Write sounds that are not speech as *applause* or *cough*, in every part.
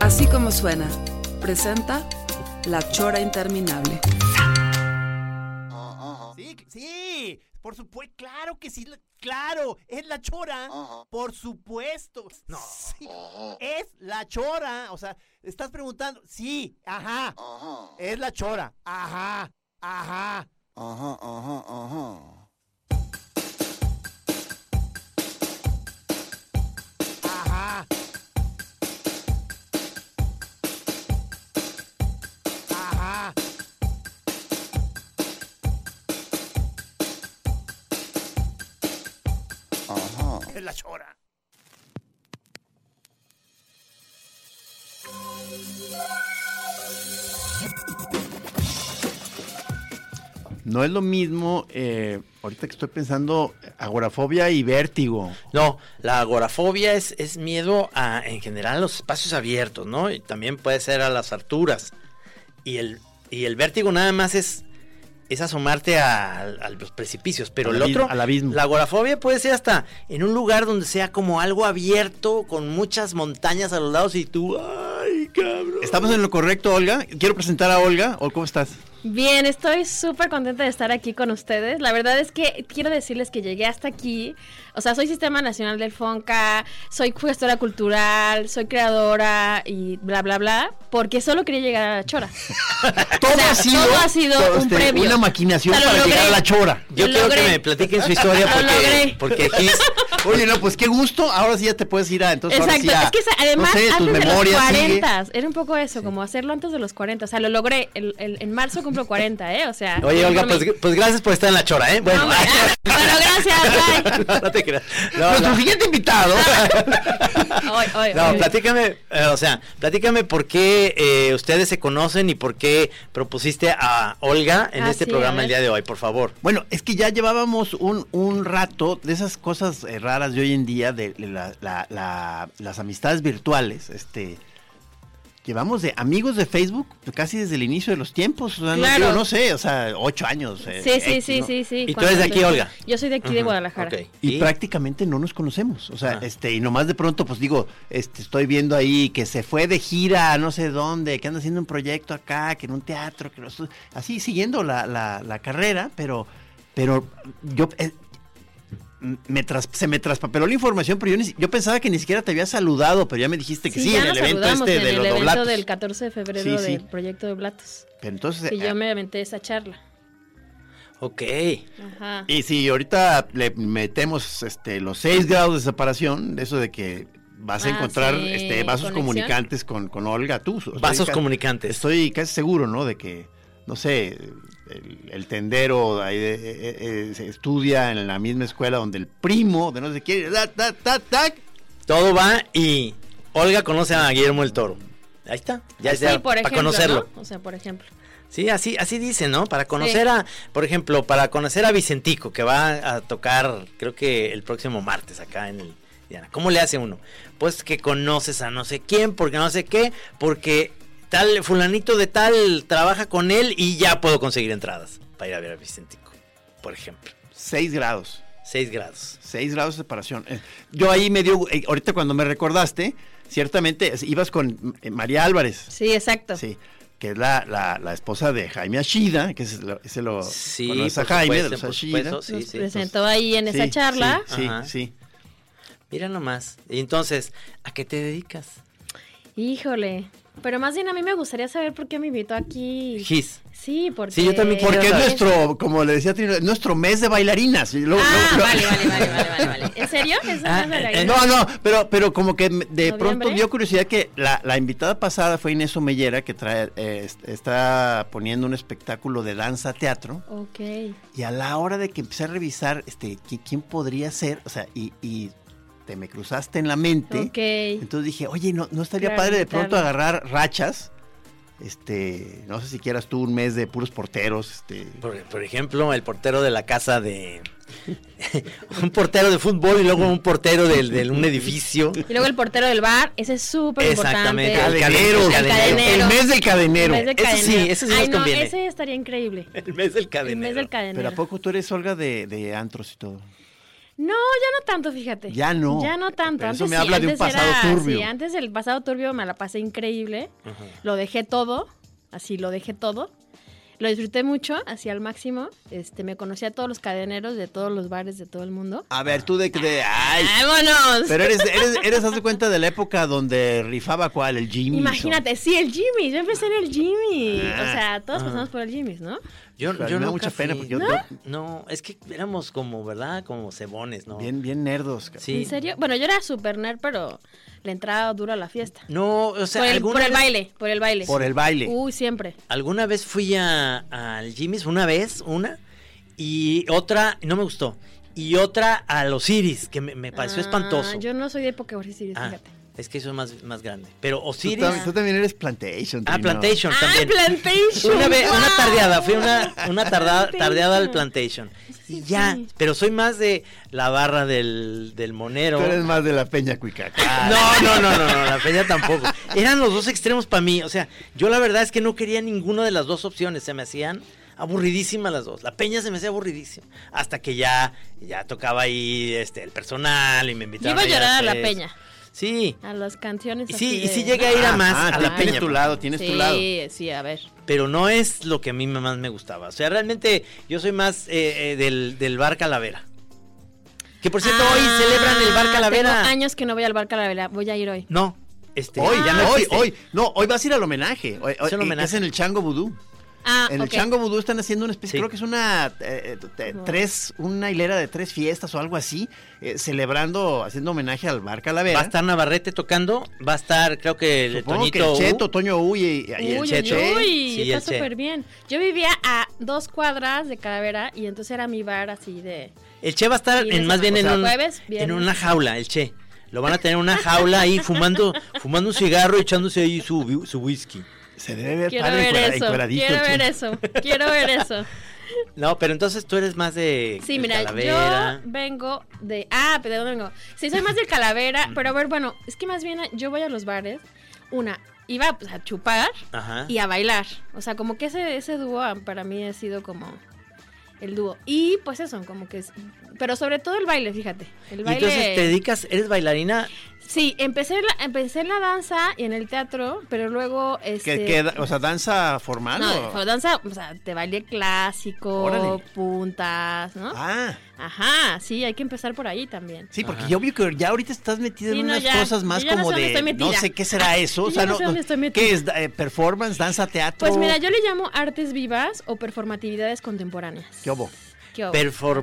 Así como suena, presenta La Chora Interminable. Sí, cl- sí, por supuesto, claro que sí, la- claro, es la chora, por supuesto. No, es la chora, o sea, estás preguntando, sí, ajá, es la chora, ajá, ajá. Ajá. Ajá. Es la chora. No es lo mismo, eh, ahorita que estoy pensando, agorafobia y vértigo. No, la agorafobia es, es miedo a, en general, a los espacios abiertos, ¿no? Y también puede ser a las alturas. Y el, y el vértigo nada más es, es asomarte a, a los precipicios, pero Al el abi- otro, al abismo. la agorafobia puede ser hasta en un lugar donde sea como algo abierto, con muchas montañas a los lados y tú, ¡ay, cabrón! Estamos en lo correcto, Olga. Ah, Quiero presentar a Olga. Ol, ¿Cómo estás? Bien, estoy súper contenta de estar aquí con ustedes. La verdad es que quiero decirles que llegué hasta aquí. O sea, soy Sistema Nacional del Fonca, soy gestora cultural, soy creadora y bla, bla, bla, porque solo quería llegar a la chora. Todo sea, todo ha sido un este, previo. una maquinación O sea, lo para llegar a logré. la chora. Yo Lo quiero que logré. me platiquen su historia *laughs* Lo porque, logré. porque aquí *laughs* es- Oye, no, pues qué gusto. Ahora sí ya te puedes ir a. Pues Entonces, ahora Exacto, sí a- es que sa- además no sé, tus antes de los memorias, sigue. 40, era un poco eso, como hacerlo antes de los 40, o sea, lo logré, el- el- en marzo cumplo 40, ¿eh? O sea, Oye, Olga, no me- pues, pues gracias por estar en la chora, ¿eh? Bueno, no me- ah, bueno, gracias, bye. *laughs* no, no te creas. No, Nuestro no. siguiente *laughs* invitado. Hoy, hoy, No, *laughs* hoy. platícame, eh, o sea, platícame por qué eh, ustedes se conocen y por qué propusiste a Olga en Ah, este sí, a programa ver. el día de hoy, por favor. Bueno, es que ya llevábamos un, un rato de esas cosas eh, raras de hoy en día, de la- la- la- las amistades virtuales. Este, llevamos de amigos de Facebook casi desde el inicio de los tiempos. O sea, no, Claro. digo, no sé, o sea, ocho años. eh, Sí, sí, X, sí, ¿no? sí, sí. ¿Y tú cuando eres de aquí, empecé. Olga? Yo soy de aquí de Ujú, Guadalajara. ok. Y ¿Y? prácticamente no nos conocemos. O sea, Ajá. este, y nomás de pronto, pues digo, este, estoy viendo ahí que se fue de gira a no sé dónde, que anda haciendo un proyecto acá, que en un teatro, que no sé, así siguiendo la, la- la carrera, pero, pero yo eh, me tras- se me traspapeló la información, pero yo, ni si- yo pensaba que ni siquiera te había saludado, pero ya me dijiste que sí, ya en el nos evento saludamos este en de el los evento doblatos. del 14 de febrero Sí, sí. del proyecto de Blatos. Pero entonces, Que eh, yo me aventé esa charla. Ok. Ajá. Y si ahorita le metemos este, los seis grados de separación, eso de que vas a Ah, encontrar sí, este, vasos conexión. comunicantes con, con Olga, tú. estoy Vasos ca- comunicantes. Pues Estoy casi seguro, ¿no? De que, no sé, el, el tendero ahí de- eh, eh, eh, se estudia en la misma escuela donde el primo de no sé quién, ta, ta, ta, tac. Todo va y Olga conoce a Guillermo el Toro. Ahí está, ya Pues Sí, está, por para ejemplo, conocerlo. ¿no? O sea, por ejemplo. Sí, así, así dicen, ¿no? Para conocer a, por ejemplo, para conocer a Vicentico, que va a tocar, creo que el próximo martes acá en el Diana. ¿Cómo le hace uno? Pues que conoces a no sé quién, porque no sé qué, porque tal fulanito de tal trabaja con él y ya puedo conseguir entradas para ir a ver a Vicentico, por ejemplo. Seis grados. Seis grados. Seis grados de separación. Eh, Yo ahí me dio, eh, ahorita cuando me recordaste, ciertamente eh, ibas con eh, María Álvarez. Sí, exacto. Sí, que es la, la, la esposa de Jaime Ashida, que se lo, se lo Sí, conoce a por Jaime de supuesto, los por Ashida. supuesto, sí, Nos sí. presentó ahí en Sí, esa charla. Sí, sí, Ajá. sí. Mira nomás. Y entonces, ¿a qué te dedicas? Híjole. Pero más bien a mí me gustaría saber por qué me invitó aquí. Gis. Sí, porque. Sí, yo también quiero Porque es saber. nuestro, como le decía Trino, es nuestro mes de bailarinas. Y luego- Ah, luego- vale, vale, vale, vale, vale, vale. ¿En serio? ¿Eso no Ah, es de la eh, guerra? No, no, pero, pero como que me- de ¿Noviembre? pronto dio curiosidad que la, la invitada pasada fue Inés Omellera, que trae, eh, est- está poniendo un espectáculo de danza-teatro. Ok. Y a la hora de que empecé a revisar este, qui- quién podría ser, o sea, y, y te me cruzaste en la mente. Ok. Entonces dije, oye, no, no estaría Claro, padre de pronto invitarlo. agarrar rachas. Este, no sé si quieras tú un mes de puros porteros, este. Por, por ejemplo, el portero de la casa de. *laughs* un portero de fútbol y luego un portero del- de, un edificio. Y luego el portero del bar, ese es súper *laughs* importante. Exactamente. El cadenero. El cadenero. El mes del cadenero. En vez de Eso sí, cadenero. eso sí Ay, nos no, conviene. ese estaría increíble. El mes *laughs* del En cadenero. vez del Pero cadenero. ¿a poco tú eres Olga de, de antros y todo? No, ya no tanto, fíjate. Ya no. Ya no tanto. Pero Antes eso me sí, habla de un antes pasado era- turbio. Sí, antes el pasado turbio me la pasé increíble. Ajá. Lo dejé todo, así lo dejé todo. Lo disfruté mucho, así al máximo. Este, me conocí a todos los cadeneros de todos los bares de todo el mundo. A ver, tú de de- ay. ¡Vámonos! *laughs* Pero eres, eres, eres, haz de cuenta de la época donde rifaba cuál, el Jimmy. Imagínate, sí, el Jimmy. Yo empecé en el Jimmy. Ah, o sea, todos pasamos por el Jimmy, ¿no? Yo, Híjole, yo me nunca da mucha pena fui. porque yo- ¿No? yo- No, es que éramos como, ¿verdad? Como cebones, ¿no? Bien, bien nerdos. cabrón. Sí. ¿En serio? Bueno, yo era super nerd, pero le entraba duro a la fiesta. No, o sea, por, el, alguna por el vez- baile, por el baile. Por el baile. Uh, Uy, siempre. Alguna vez fui a- al Jimmy's, una vez, una, y otra, no me gustó. Y otra a los Iris, que me, me pareció Ah, espantoso. Yo no soy de época Osiris, Ah, fíjate. es que eso es más, más grande. Pero Tú, Osiris. tam- tú también eres Plantation. Ah, Trino. Plantation ¡Ah, también. Plantation! Una, vez, una ¡Wow! tardeada, fui una, una tarda- Plantation. tardeada al plantation. Sí, Y ya, sí. pero soy más de la barra del, del monero. Tú eres más de la Peña Cuicaca. No, no, no, no, no, la feña tampoco. Eran los dos extremos para mí. O sea, yo la verdad es que no quería ninguna de las dos opciones. Se me hacían aburridísimas las dos. La peña se me hacía aburridísima. Hasta que ya, ya tocaba ahí este, el personal y me Yo invitaron. iba a ahí llorar a las la tres. peña, Sí. a las canciones. Y así sí, y de- sí llegué a ir a más, a la tienes peña. tu lado, tienes sí, tu lado. sí, a ver. Pero no es lo que a mí me- más me gustaba. O sea, realmente yo soy más eh, eh, del, del bar Calavera. Que por cierto, hoy Ah, celebran el bar Calavera. Tengo años que no voy al bar Calavera, voy a ir hoy. No, este. Hoy, ya no hoy, existe. ah, hoy. No, hoy vas a ir al homenaje. Hoy- hoy- Es un homenaje. es en el Chango Vudú. Ah, En el ok. Chango Vudú están haciendo una Sí. especie, creo que es una eh, eh, te- Wow. tres, una hilera de tres fiestas o algo así, eh, celebrando, haciendo homenaje al Bar Calavera. Va a estar Navarrete tocando, va a estar, creo que el ¿eh? Supongo que Toñito. el Cheto, U. Toño Uy y, y Uy, el uy, Cheto. uy, Sí, el está Che. súper bien. Yo vivía a dos cuadras de Calavera y entonces era mi bar así de... El Che va a estar Sí, en, de más bien en, semana. un- Jueves, en viernes. una jaula, el Che. Lo van a tener en una jaula ahí fumando, *laughs* fumando un cigarro y echándose ahí su, su whisky. Se debe ver Quiero padre ver encuera- eso, encueradito quiero el ver Cheto. eso, quiero *laughs* ver eso. No, pero entonces tú eres más de Sí, de mira, calavera. yo vengo de... Ah, pero ¿de dónde vengo? Sí, soy *laughs* más del Calavera, Mm. pero a ver, bueno, es que más bien yo voy a los bares, una, iba pues, a chupar Ajá. y a bailar. O sea, como que ese, ese dúo ah, para mí ha sido como el dúo. Y pues eso, como que es... Pero sobre todo el baile, fíjate. El Y baile... entonces te dedicas, eres bailarina. Sí, empecé en, la, empecé en la danza y en el teatro, pero luego... Este, Que, que- o sea, danza formal. No, o- fue danza, o sea, te bailé clásico, Órale. puntas, ¿no? Ah, Ajá, sí, hay que empezar por ahí también. sí, porque Ajá. yo vi que ya ahorita estás metida Sí, en no, unas ya. cosas más Yo ya no como sé dónde de estoy no metida. sé qué será eso, Yo o sea, ya no no, sé dónde estoy metida. ¿qué es eh, performance, danza, teatro? Pues mira, yo le llamo artes vivas o performatividades contemporáneas. ¿Qué hubo? ¿Qué hubo?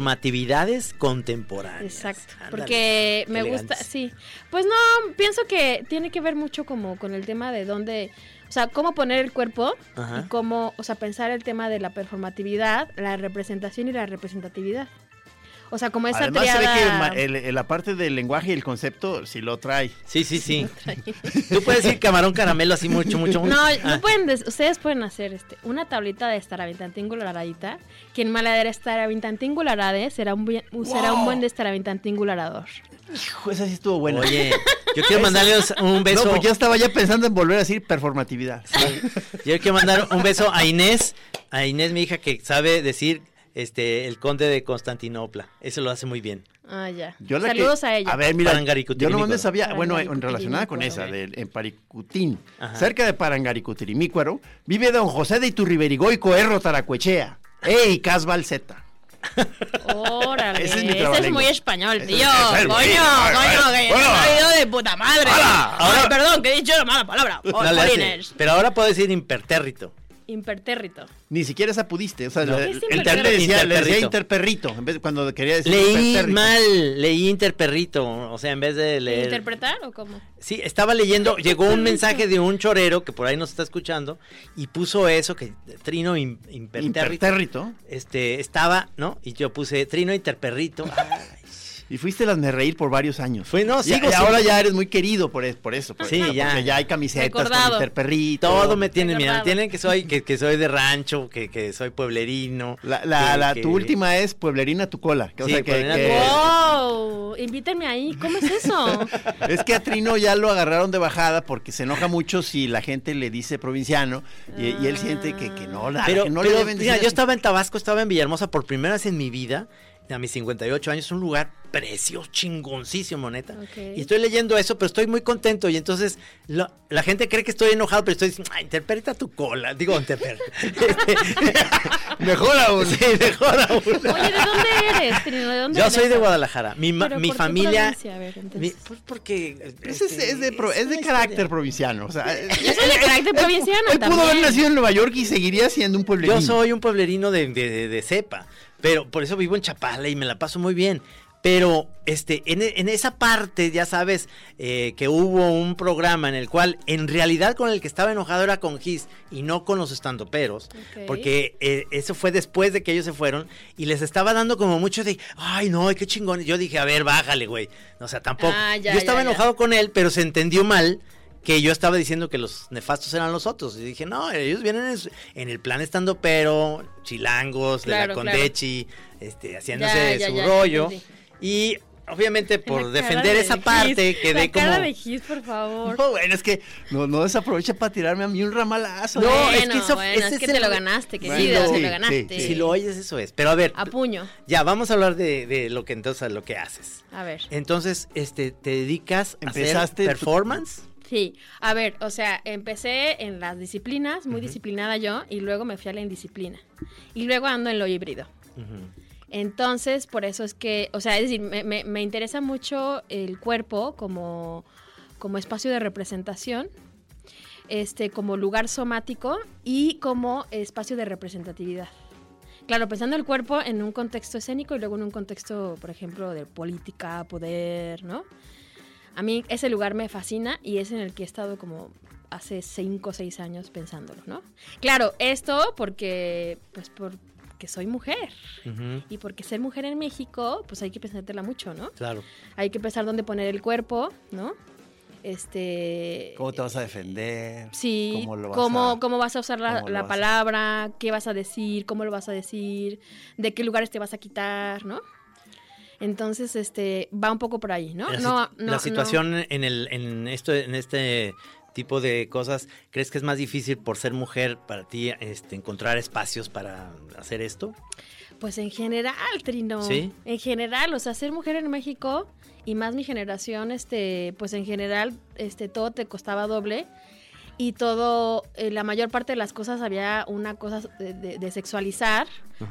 Performatividades contemporáneas. Oh. Exacto, Ándale. porque me elegantes. gusta, sí. Pues no, pienso que tiene que ver mucho como con el tema de dónde, o sea, cómo poner el cuerpo Ajá. y cómo, o sea, pensar el tema de la performatividad, la representación y la representatividad. O sea, como esa Además se ve triada- que ma- el- el- la parte del lenguaje y el concepto sí lo trae. Sí, sí, sí. eh, Tú puedes decir camarón caramelo así mucho, mucho, mucho. No, Ah. no pueden des- ustedes pueden hacer este, una tablita de estarabintantingulararita, que en maladera estarabintantingularade será un, buen- será un buen de estarabintantingularador. Hijo, esa sí estuvo buena. Oye, yo quiero mandarle un beso. No, pues yo estaba ya pensando en volver a decir performatividad. Yo quiero mandar un beso a Inés, a Inés, mi hija, que sabe decir este el conde de Constantinopla. Eso lo hace muy bien. Ah, ya. Yo la que- Saludos a ella. A ver, mira, yo Parangaricutirimícuaro. no me sabía, bueno, en Parangaricutirimícuaro. relacionada con esa, del, en Paricutín, Ajá. cerca de Parangaricutirimícuaro, vive don José de Iturriberigoy Coerro Taracuechea. ¡Ey, Casval Z! Órale, Ese ese es es, mi trabalenguas. muy español, Ese tío. es- ese es el- Coño, coño, que es ¡Hola! un oído de puta madre. ¡Hola! Ay, Ahora- perdón, que he dicho la mala palabra. Oh, No le hace. jolines. Pero ahora puedo decir impertérrito. Impertérrito. Ni siquiera esa pudiste. O sea, No. le- Es el tal le decía, le decía interperrito. interperrito, en vez de cuando quería decir Leí perperrito. mal, leí interperrito. O sea, en vez de leer. ¿Interpretar o cómo? Sí, estaba leyendo, llegó un mensaje de un chorero que por ahí nos está escuchando y puso eso que Trino im- impertérrito. Impertérrito. Este, estaba, ¿no? Y yo puse Trino interperrito. Ay, Y fuiste las Me Reír por varios años. Fui- no, Ya- sigo y siendo- ahora ya eres muy querido por, es- por eso. por- Sí, porque ya. ya hay camisetas Recordado. con Mr. Perrito. Ah, Todo me tienen, mira, Recordado. tienen que soy, que, que soy de rancho, que, que soy pueblerino. La, la- que- la- que- tu última es Pueblerina tu cola. que- o Sí, sea, que- Pueblerina que- tu cola. ¡Wow! Invítenme ahí. ¿Cómo es eso? Es que a Trino ya lo agarraron de bajada porque se enoja mucho si la gente le dice provinciano y, y él siente que, que no, la, Pero, que no pero, le deben decir mira, así. yo estaba en Tabasco, estaba en Villahermosa por primera vez en mi vida, a mis 58 años, un lugar precioso, chingoncísimo, neta. Ok. Y estoy leyendo eso, pero estoy muy contento y entonces lo- la gente cree que estoy enojado, pero estoy diciendo, "Ay, interpreta tu cola, digo, interpreta. *laughs* *laughs* Mejor aún. Sí, mejor aún. Oye, ¿de dónde eres, Trino? ¿De dónde Yo eres? soy de Guadalajara. Mi, ma- Pero, mi ¿por qué familia. provincia? A ver, entonces. mi- pues porque. Pues es, este, es de, pro- es es de una carácter historia. provinciano. O sea, Yo soy de carácter provinciano él pudo haber también. nacido en Nueva York y seguiría siendo un pueblerino. Yo soy un pueblerino de, de, de- de cepa, pero por eso vivo en Chapala y me la paso muy bien. Pero este, en, e- en esa parte, ya sabes, eh, que hubo un programa en el cual en realidad con el que estaba enojado era con Gis y no con los estandoperos, Ok. porque eh, eso fue después de que ellos se fueron y les estaba dando como mucho de, ay no, qué chingón. Yo dije, a ver, bájale, güey. O sea, tampoco. Ah, ya, yo estaba ya, ya. enojado con él, pero se entendió mal que yo estaba diciendo que los nefastos eran los otros. Y dije, no, ellos vienen en, su- en el plan estando pero, chilangos, de Claro, la claro. Condechi, este, haciéndose Ya, ya, su ya, rollo. entendí. Y obviamente por La cara defender de esa Gis, parte quedé la cara como... *laughs* de Gis, por favor. No, bueno, es que no, no desaprovecha para tirarme a mí un ramalazo. ¿eh? No, bueno, es que eso- bueno, ese es que es te el- lo ganaste, Bueno, querido, sí, te lo ganaste. sí, Si lo oyes, eso es. Pero a ver, A puño. ya, vamos a hablar de, de lo que entonces, lo que haces. A ver. Entonces, este, te dedicas a Empezaste hacer tu- performance. Sí, a ver, o sea, empecé en las disciplinas, muy disciplinada yo, y luego me fui a la indisciplina. Y luego ando en lo híbrido. Entonces, por eso es que, o sea, es decir, me, me- me interesa mucho el cuerpo como, como espacio de representación, este, como lugar somático y como espacio de representatividad. Claro, pensando el cuerpo en un contexto escénico y luego en un contexto, por ejemplo, de política, poder, ¿no? A mí ese lugar me fascina y es en el que he estado como hace 5 o 6 años pensándolo, ¿no? Claro, esto porque, pues porque soy mujer Ujú, y porque ser mujer en México, pues hay que pensártela mucho, ¿no? Claro. Hay que pensar dónde poner el cuerpo, ¿no? Este... ¿Cómo te vas a defender? Sí, ¿Cómo ¿cómo, lo vas cómo, a- vas a usar la, cómo lo la vas a- palabra, qué vas a decir, cómo lo vas a decir, de qué lugares te vas a quitar, ¿no? Entonces, este, va un poco por ahí, ¿no? la, no, sit- no, la no. situación en el en esto en este tipo de cosas crees que es más difícil por ser mujer para ti este, encontrar espacios para hacer esto Pues en general, Trino. ¿Sí? En general, o sea, ser mujer en México y más mi generación, este, pues en general, este, todo te costaba doble y todo, eh, la mayor parte de las cosas había una cosa de, de- de sexualizar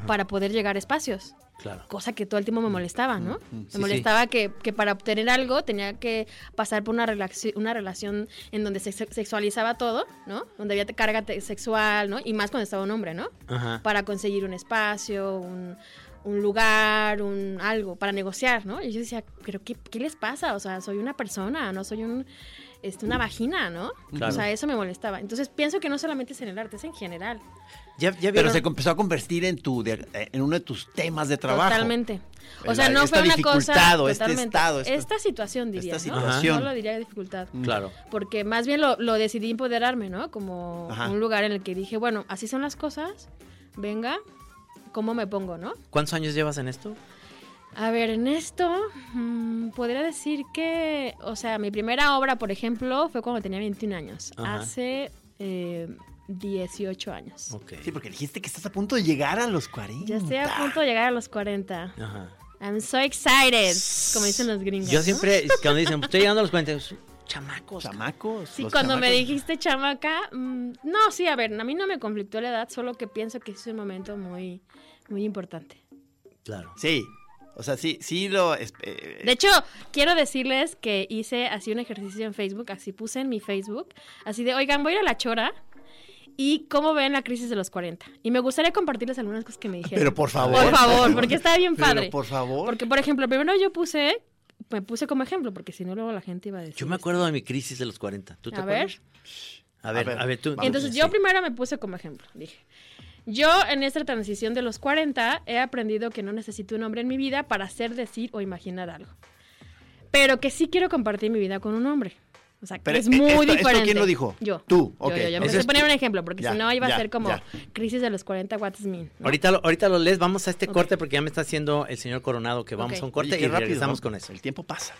para poder llegar a espacios. claro Cosa que todo el tiempo me molestaba, ¿no? Mm. sí, me molestaba Que, que para obtener algo tenía que pasar por una, relaci- una relación en donde se se- sexualizaba todo, ¿no? Donde había carga te- sexual, ¿no? Y más cuando estaba un hombre, ¿no? Ajá. para conseguir un espacio, un, un lugar, un algo, para negociar, ¿no? Y yo decía, pero qué, ¿qué les pasa? O sea, soy una persona, no soy un, este, una vagina, ¿no? Claro. O sea, eso me molestaba. Entonces pienso que no solamente es en el arte, es en general. ya, ya Pero vieron- se empezó a convertir en tu de- eh, en uno de tus temas de trabajo. Totalmente. O El- sea, no esta fue una dificultad cosa. o este totalmente. estado, esta- esta situación diría, esta ¿no? situación. Mm. No lo diría dificultad. claro Porque más bien lo, lo decidí empoderarme, ¿no? Como Ajá. un lugar en el que dije, bueno, así son las cosas, venga, ¿cómo me pongo, no? cuántos años llevas en esto A ver, en esto mm, podría decir que, o sea, mi primera obra, por ejemplo, fue cuando tenía 21 años, Ajá. hace eh, 18 años. Ok. Mm, Sí, porque dijiste que estás a punto de llegar a los 40. Ya estoy a punto de llegar a los 40. Ajá. I'm so excited, como dicen los gringos. yo ¿no? siempre cuando dicen estoy llegando a los 40 digo, chamacos Chamacos. Sí, los cuando me chamacos. dijiste chamaca, mm, no, sí, a ver, a mí no me conflictó la edad, solo que pienso que es un momento muy, muy importante. claro Sí. O sea, sí, sí lo. es- eh, De hecho, quiero decirles que hice así un ejercicio en Facebook, así puse en mi Facebook, así de, oigan, voy a ir a la chora y cómo ven la crisis de los 40. Y me gustaría compartirles algunas cosas que me dijeron. Pero por favor. Por favor, porque está bien Pero padre. por favor. Porque, por ejemplo, primero yo puse, me puse como ejemplo, porque si no luego la gente iba a decir... yo me acuerdo de mi crisis de los 40 tú te A ver. acuerdas a ver a ver, ver, tú vamos. Entonces tú- yo sí. primero me puse como ejemplo, dije. Yo en esta transición de los 40 he aprendido que no necesito un hombre en mi vida para hacer, decir o imaginar algo. Pero que sí quiero compartir mi vida con un hombre. O sea, que Pero, es eh, muy esto- ¿esto diferente. quién lo dijo? Yo. Tú, Yo, ok. yo, yo. Me Ese puse es a poner tu- un ejemplo, porque Ya, si no iba ya, a ser como ya. crisis de los 40 watts mean. ¿no? Ahorita, lo, ahorita lo lees, vamos a este Ok. corte porque ya me está haciendo el señor Coronado que vamos Ok. a un corte Oye, qué y rápido, regresamos ¿no? con eso. El tiempo pasa.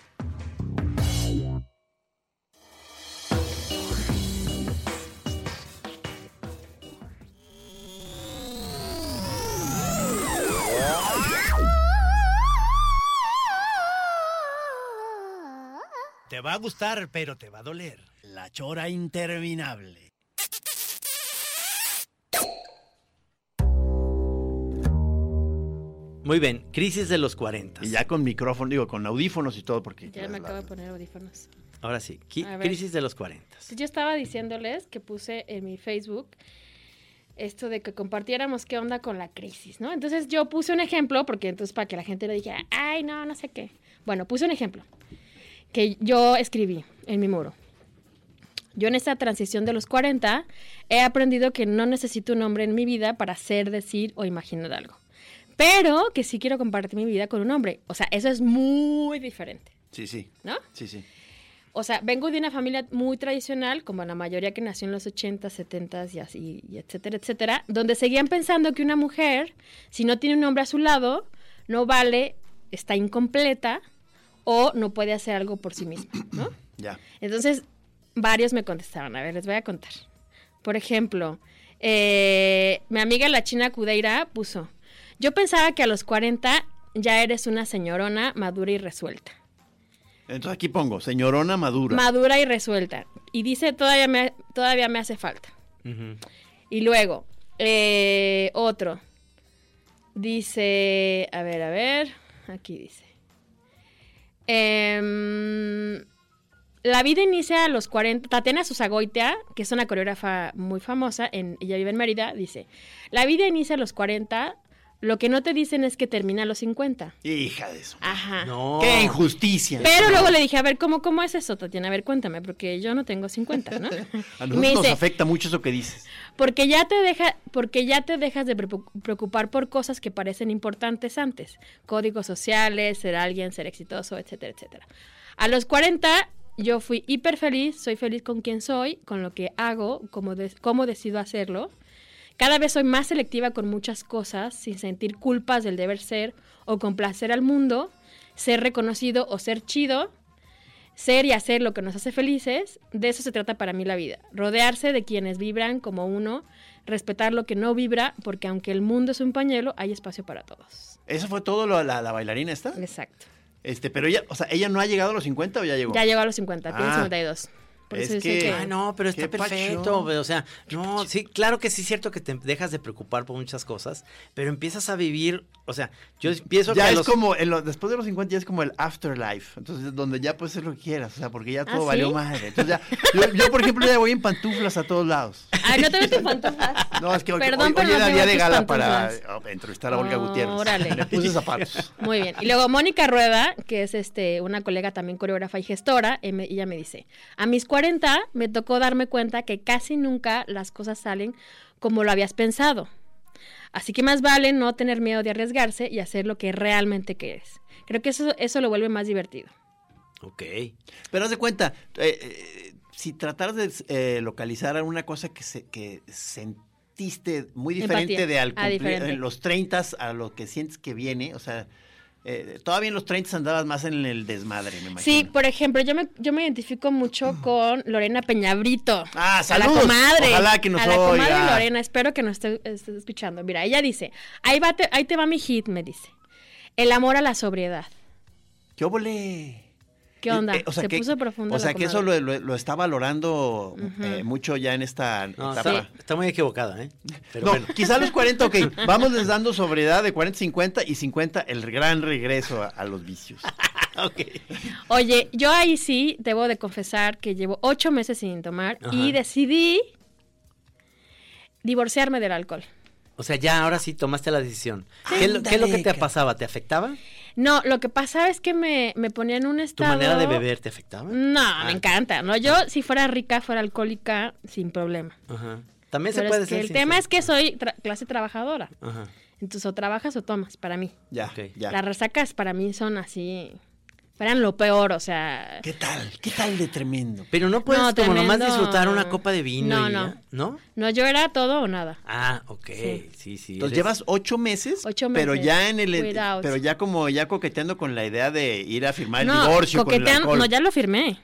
Te va a gustar, pero te va a doler. La chora interminable. Muy bien, crisis de los 40. Y ya con micrófono, digo, con audífonos y todo, porque. Ya la- me acabo de poner audífonos. Ahora sí, qui- A ver. crisis de los 40. Entonces, Yo estaba diciéndoles que puse en mi Facebook esto de que compartiéramos qué onda con la crisis, ¿no? Entonces yo puse un ejemplo, porque entonces para que la gente no dijera, ay, no, no sé qué. Bueno, puse un ejemplo que yo escribí en mi muro. Yo en esta transición de los 40 he aprendido que no necesito un hombre en mi vida para ser, decir o imaginar algo. Pero que sí quiero compartir mi vida con un hombre. O sea, eso es muy diferente, Sí, sí. ¿no? Sí, sí. O sea, vengo de una familia muy tradicional, como la mayoría que nació en los 80, 70 y así, y etcétera, etcétera, donde seguían pensando que una mujer, si no tiene un hombre a su lado, no vale, está incompleta o no puede hacer algo por sí misma, ¿no? Ya. Entonces, varios me contestaron. A ver, les voy a contar. Por ejemplo, eh, mi amiga la china Cudeira puso, yo pensaba que a los 40 ya eres una señorona madura y resuelta. Entonces aquí pongo, señorona madura. Madura y resuelta. Y dice, todavía me, todavía me hace falta. Ujú. Y luego, eh, otro. Dice, a ver, a ver, aquí dice. Em, la vida inicia a los 40. Tatiana Susagoitea, que es una coreógrafa muy famosa, en, ella vive en Mérida, dice, la vida inicia a los 40, lo que no te dicen es que termina a los 50. Hija de eso. Ajá. No. ¡Qué injusticia! Pero luego le dije, a ver, ¿cómo, ¿cómo es eso, Tatiana? A ver, cuéntame, porque yo no tengo 50, *laughs* ¿no? A Me nosotros nos dice, afecta mucho eso que dices. porque ya te deja, porque ya te dejas de preocu- preocupar por cosas que parecen importantes antes. Códigos sociales, ser alguien, ser exitoso, etcétera, etcétera. A los 40 yo fui hiper feliz, soy feliz con quien soy, con lo que hago, cómo, de- cómo decido hacerlo. Cada vez soy más selectiva con muchas cosas, sin sentir culpas del deber ser o complacer al mundo, ser reconocido o ser chido, ser y hacer lo que nos hace felices. De eso se trata para mí la vida. Rodearse de quienes vibran como uno, respetar lo que no vibra, porque aunque el mundo es un pañuelo, hay espacio para todos. ¿Eso fue todo lo- la, la bailarina esta? Exacto. Este, pero ella, o sea, ¿ella no ha llegado a los 50 o ya llegó? Ya llegó a los 50, tiene Ah. 52. Por Es eso dice que- que... Ay, Ah, no, pero está Qué pacho. perfecto. O sea, no, sí, claro que sí es cierto que te dejas de preocupar por muchas cosas, pero empiezas a vivir, o sea, yo empiezo que Ya a es los- como, en lo- después de los 50 ya es como el afterlife. Entonces, donde ya puedes hacer lo que quieras, o sea, porque ya ¿Ah, todo sí? valió madre. Entonces, ya, yo, yo, por ejemplo, ya voy en pantuflas a todos lados. Ay, no te ves en pantuflas. No, es que hoy, Perdón, hoy- pero hoy no era te día veo de tus gala para pantuflas. Ah, eh, entrevistar a Olga Gutiérrez. Órale. Me puse zapatos. Muy bien. Y luego Mónica Rueda, que es este una colega también coreógrafa y gestora, em- ella me dice, a mis 40 me tocó darme cuenta que casi nunca las cosas salen como lo habías pensado. Así que más vale no tener miedo de arriesgarse y hacer lo que realmente quieres. Creo que eso, eso lo vuelve más divertido. Ok. Pero haz de cuenta, eh, eh, si trataras de eh, localizar alguna cosa que, se, que sentiste muy diferente Empatía. de al Ah, cumplir diferente. en los 30 a lo que sientes que viene, o sea, eh, todavía en los 30 andabas más en el desmadre, me imagino. Sí, pues, por ejemplo, yo me, yo me identifico mucho con Lorena Peñabrito. Ah, A la saludos. comadre. Ojalá que nos A la comadre oiga. Lorena, espero que nos esté, esté escuchando. Mira, ella dice, ahí, va te, ahí te va mi hit, me dice. El amor a la sobriedad. ¿Qué óvole? ¿Qué onda? Eh, o sea Se que- puso profundo. O la sea, que eso comadre. lo, lo- lo está valorando eh, mucho ya en esta No, etapa. está, está muy equivocada, ¿eh? Pero no, bueno. quizá los 40, ok. Vamos les dando sobriedad de 40, 50 y 50, el gran regreso a, a los vicios. Oye, yo ahí sí debo de confesar que llevo ocho meses sin tomar y Ajá. decidí divorciarme del alcohol. O sea, ya ahora sí tomaste la decisión. ¿Qué, es lo- qué es lo que te pasaba? ¿Te afectaba? No, lo que pasa es que me, me ponía en un ¿Tu estado... manera de beber te afectaba? No, Ah. me encanta. No, yo si fuera rica, fuera alcohólica, sin problema. Ajá. También Pero se puede es que ser el sincero. tema es que soy tra- clase trabajadora. Ajá. Entonces, o trabajas o tomas, para mí. Ya, Ok. ya. Las resacas para mí son así. Fueran lo peor, o sea. ¿Qué tal? ¿Qué tal de tremendo? Pero no puedes No, como nomás tremendo. disfrutar una copa de vino. No, y no. ya, ¿No? No, yo era todo o nada. Ah, ok. Sí, Sí. sí. Entonces eres- llevas ocho meses, Ocho pero meses. ya en el, Without. pero ya como ya coqueteando con la idea de ir a firmar el no, divorcio con el coquetean- alcohol. no, ya lo firmé.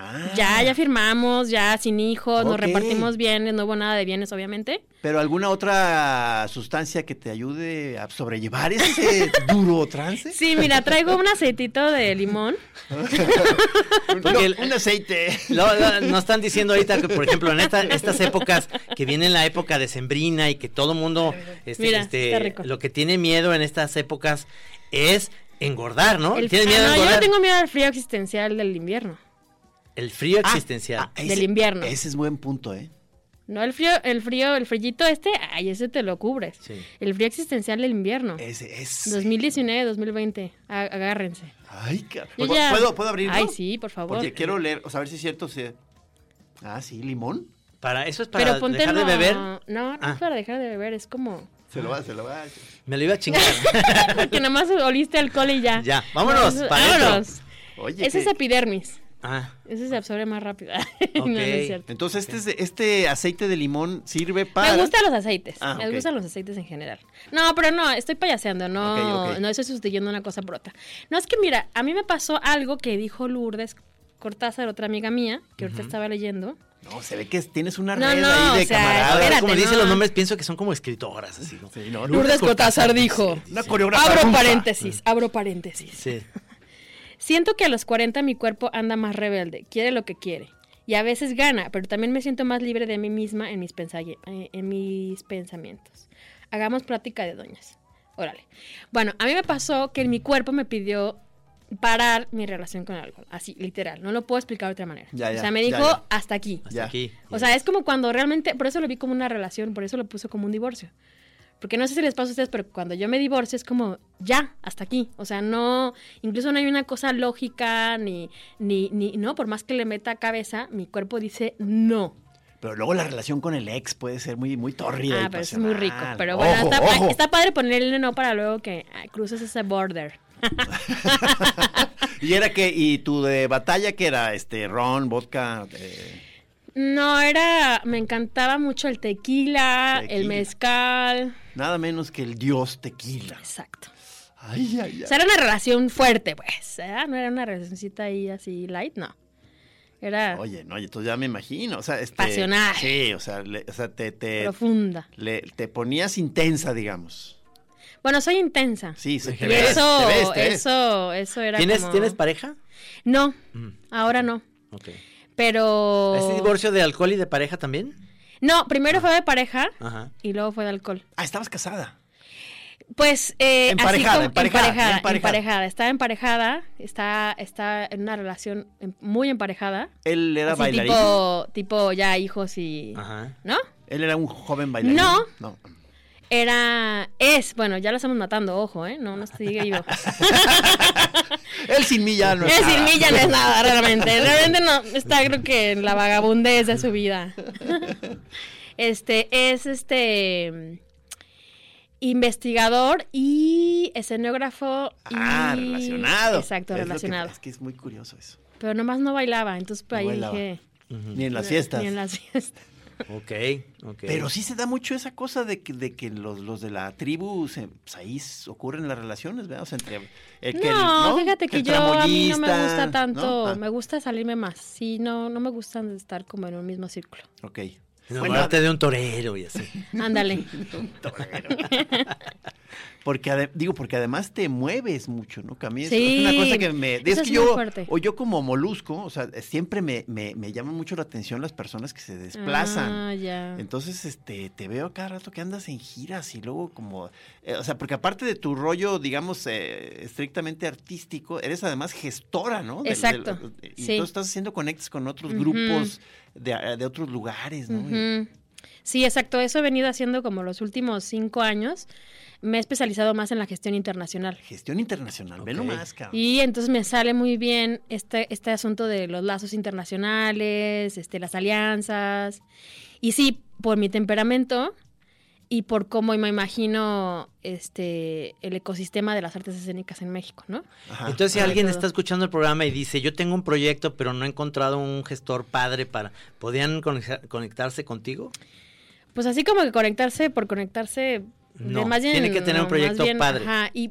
Ah, Ya, ya firmamos, ya sin hijos, nos Ok. repartimos bienes, no hubo nada de bienes, obviamente. Pero alguna otra sustancia que te ayude a sobrellevar ese *laughs* duro trance. Sí, mira, traigo un aceitito de limón. Un- Porque el- no, un aceite. Lo- lo- nos están diciendo ahorita que, por ejemplo, en esta- estas épocas que viene la época decembrina y que todo mundo, este, Mira, este, está rico. lo que tiene miedo en estas épocas es engordar, ¿no? El- Tiene miedo Ah, a no, yo engordar. no tengo miedo al frío existencial del invierno. El frío existencial. Ah, *laughs* Del invierno. Ese es buen punto, ¿eh? No, el frío, el frío, el frillito este, ay, ese te lo cubres. Sí. Eh, El frío existencial del invierno. Ese es. 2019, 2020, a- agárrense. Ay, car- Yo ¿Puedo, Pues, ya- ¿puedo, puedo abrirlo? Ay, sí, por favor. Porque quiero leer, o sea, a ver si es cierto. si- Ah, sí, limón. Para, eso es para Pero ponte dejar de no- beber. No, no es Ah. para dejar de beber, es como Se lo va, se lo va. Me lo iba a chingar. porque nomás oliste alcohol y ya. Ya, vámonos, No, eso- para adentro. vámonos. Oye. Ese es qué- epidermis. *laughs* Ah, Ese se absorbe más rápido. *laughs* no, no Ok. es cierto. Entonces, este, es- este aceite de limón sirve para. Me gustan los aceites. Ah, ok. Me gustan los aceites en general. No, pero no, estoy payaseando. No, Ok, ok. no estoy sustituyendo una cosa por otra. No, es que mira, a mí me pasó algo que dijo Lourdes Cortázar, otra amiga mía, que ahorita estaba leyendo. No, se ve que tienes una No, red no, ahí de o sea, camaradas. ahora espérate, como dicen no. los nombres, pienso que son como escritoras, así. ¿no? Sí, no, no. Lourdes Cortázar dijo. Una coreografía. Abro paréntesis, abro paréntesis. Sí. Siento que a los 40 mi cuerpo anda más rebelde, quiere lo que quiere. Y a veces gana, pero también me siento más libre de mí misma en mis, pensalle- eh, en mis pensamientos. Hagamos práctica de doñas. Órale. Bueno, a mí me pasó que mi cuerpo me pidió parar mi relación con el alcohol. Así, literal. No lo puedo explicar de otra manera. Ya, ya, o sea, me ya, dijo ya. hasta aquí. Hasta Ya. aquí. O sea, es como cuando realmente, por eso lo vi como una relación, por eso lo puso como un divorcio. Porque no sé si les pasa a ustedes, pero cuando yo me divorcio es como, ya, hasta aquí. O sea, no, incluso no hay una cosa lógica, ni, ni, ni, no, por más que le meta cabeza, mi cuerpo dice no. Pero luego la relación con el ex puede ser muy, muy tórrida. ah, y pero eso es pasional. muy rico. Pero bueno, Ojo, está, ojo. está padre ponerle no para luego que ah, cruces ese border. *laughs* ¿Y era que ¿Y tu de batalla que era? Este, ron, vodka. eh, No, era, me encantaba mucho el tequila, el Tequila. mezcal. nada menos que el dios tequila. Exacto. Ay, ay, O ay. sea, era una relación fuerte, pues. ¿eh? No era una relacioncita ahí así light, no. Era Oye, no, entonces ya me imagino. O sea, este, Pasional. Sí, o sea, le- o sea te, te, profunda. le- te ponías intensa, digamos. Bueno, soy intensa. Sí, se Y te y ves, eso, te ves, te ves. eso, eso era ¿Tienes, como- ¿Tienes pareja? No, Mm, ahora no. ok. Pero... ¿Es divorcio de alcohol y de pareja también? No, primero fue de pareja Ajá. y luego fue de alcohol. Ah, estabas casada. Pues eh, Emparejada, así como emparejada, emparejada, emparejada, emparejada. Está emparejada, está, está en una relación em- muy emparejada. Él era Así bailarín. tipo, tipo ya hijos y... Ajá. ¿No? Él era un joven bailarín. No. No. Era, es, bueno, ya lo estamos matando, ojo, ¿eh? No, no *laughs* sigue vivo. Él sin mí ya no *laughs* Es decir, nada. mí ya no es nada, realmente. Realmente no, está creo que en la vagabundez de su vida. *laughs* Este, es este investigador y escenógrafo. y- Ah, relacionado. Exacto, Es lo que- relacionado. es que es muy curioso eso. Pero nomás no bailaba, entonces pues, No ahí bailaba. dije... Ni en las fiestas. Ni en las fiestas. Ok, ok. Pero sí se da mucho esa cosa de que, de que los, los de la tribu, se, pues ahí s- ocurren las relaciones, ¿verdad? O sea, entre el que el- no, fíjate que El yo a mí no me tramoyista, gusta tanto, ¿no? Ah, me gusta salirme más. Sí, no, no me gusta estar como en un *laughs* mismo círculo. ok. Bueno, Enamorarte de un torero y *laughs* así. Ándale. porque ade- digo, porque además te mueves mucho, ¿no? Que a mí es, Sí, es una cosa que me... eso que es yo, muy fuerte. o yo como molusco, o sea, siempre me, me, me llaman mucho la atención las personas que se desplazan. Ah, ya. Entonces, este, te veo cada rato que andas en giras y luego como, eh, o sea, porque aparte de tu rollo, digamos, eh, estrictamente artístico, eres además gestora, ¿no? De- de- Exacto, y sí. entonces estás haciendo conectes con otros Ujú. grupos de, de otros lugares, ¿no? Y- Ujú. Sí, exacto. Eso he venido haciendo como los últimos cinco años. Me he especializado más en la gestión internacional. Gestión internacional, ve Ok. nomás, cabrón. Y entonces me sale muy bien este, este asunto de los lazos internacionales, este, las alianzas. Y sí, por mi temperamento y por cómo me imagino este, el ecosistema de las artes escénicas en México, ¿no? Ajá. Entonces, si Ah, alguien todo. está escuchando el programa y dice, yo tengo un proyecto, pero no he encontrado un gestor padre para... ¿Podían conexa- conectarse contigo? Pues así como que conectarse por conectarse. No, tiene que tener un más proyecto padre. ajá, y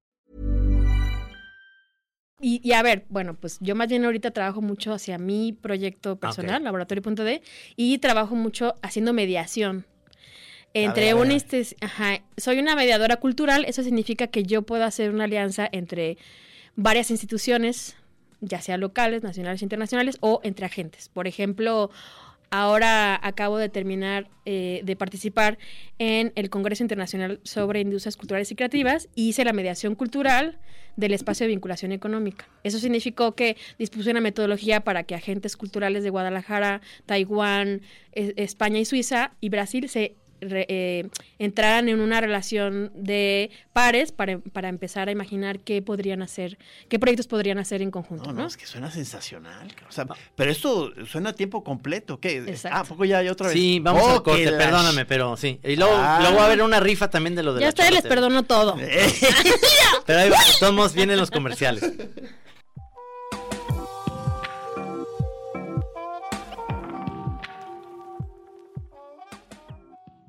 Y, y a ver, bueno, pues yo más bien ahorita trabajo mucho hacia mi Ah, proyecto personal, laboratorio.d, y trabajo mucho haciendo mediación. Entre ver, a ver, un a ver. este, ajá, soy una mediadora cultural, eso significa que yo puedo hacer una alianza entre varias instituciones, ya sea locales, nacionales, internacionales, o entre agentes. Por ejemplo, ahora acabo de terminar eh, de participar en el Congreso Internacional sobre Industrias Culturales y Creativas y hice la mediación cultural del espacio de vinculación económica. Eso significó que dispuse una metodología para que agentes culturales de Guadalajara, Taiwán, e- España y Suiza y Brasil se re- eh, entraran en una relación de pares para, para empezar a imaginar qué podrían hacer, qué proyectos podrían hacer en conjunto. No, No, no, es que suena sensacional. cabrón. O sea, pero esto suena a tiempo completo. ¿Qué? Ah. Exacto. Ah, ¿a poco ya, ya otra vez? Sí, vamos Oh, al corte, que la perdóname, pero sí. Y luego, Ah. luego va a haber una rifa también de lo de ya a la ustedes les chorotera. perdono todo. Eh, Pero ahí va, de todos modos vienen los comerciales.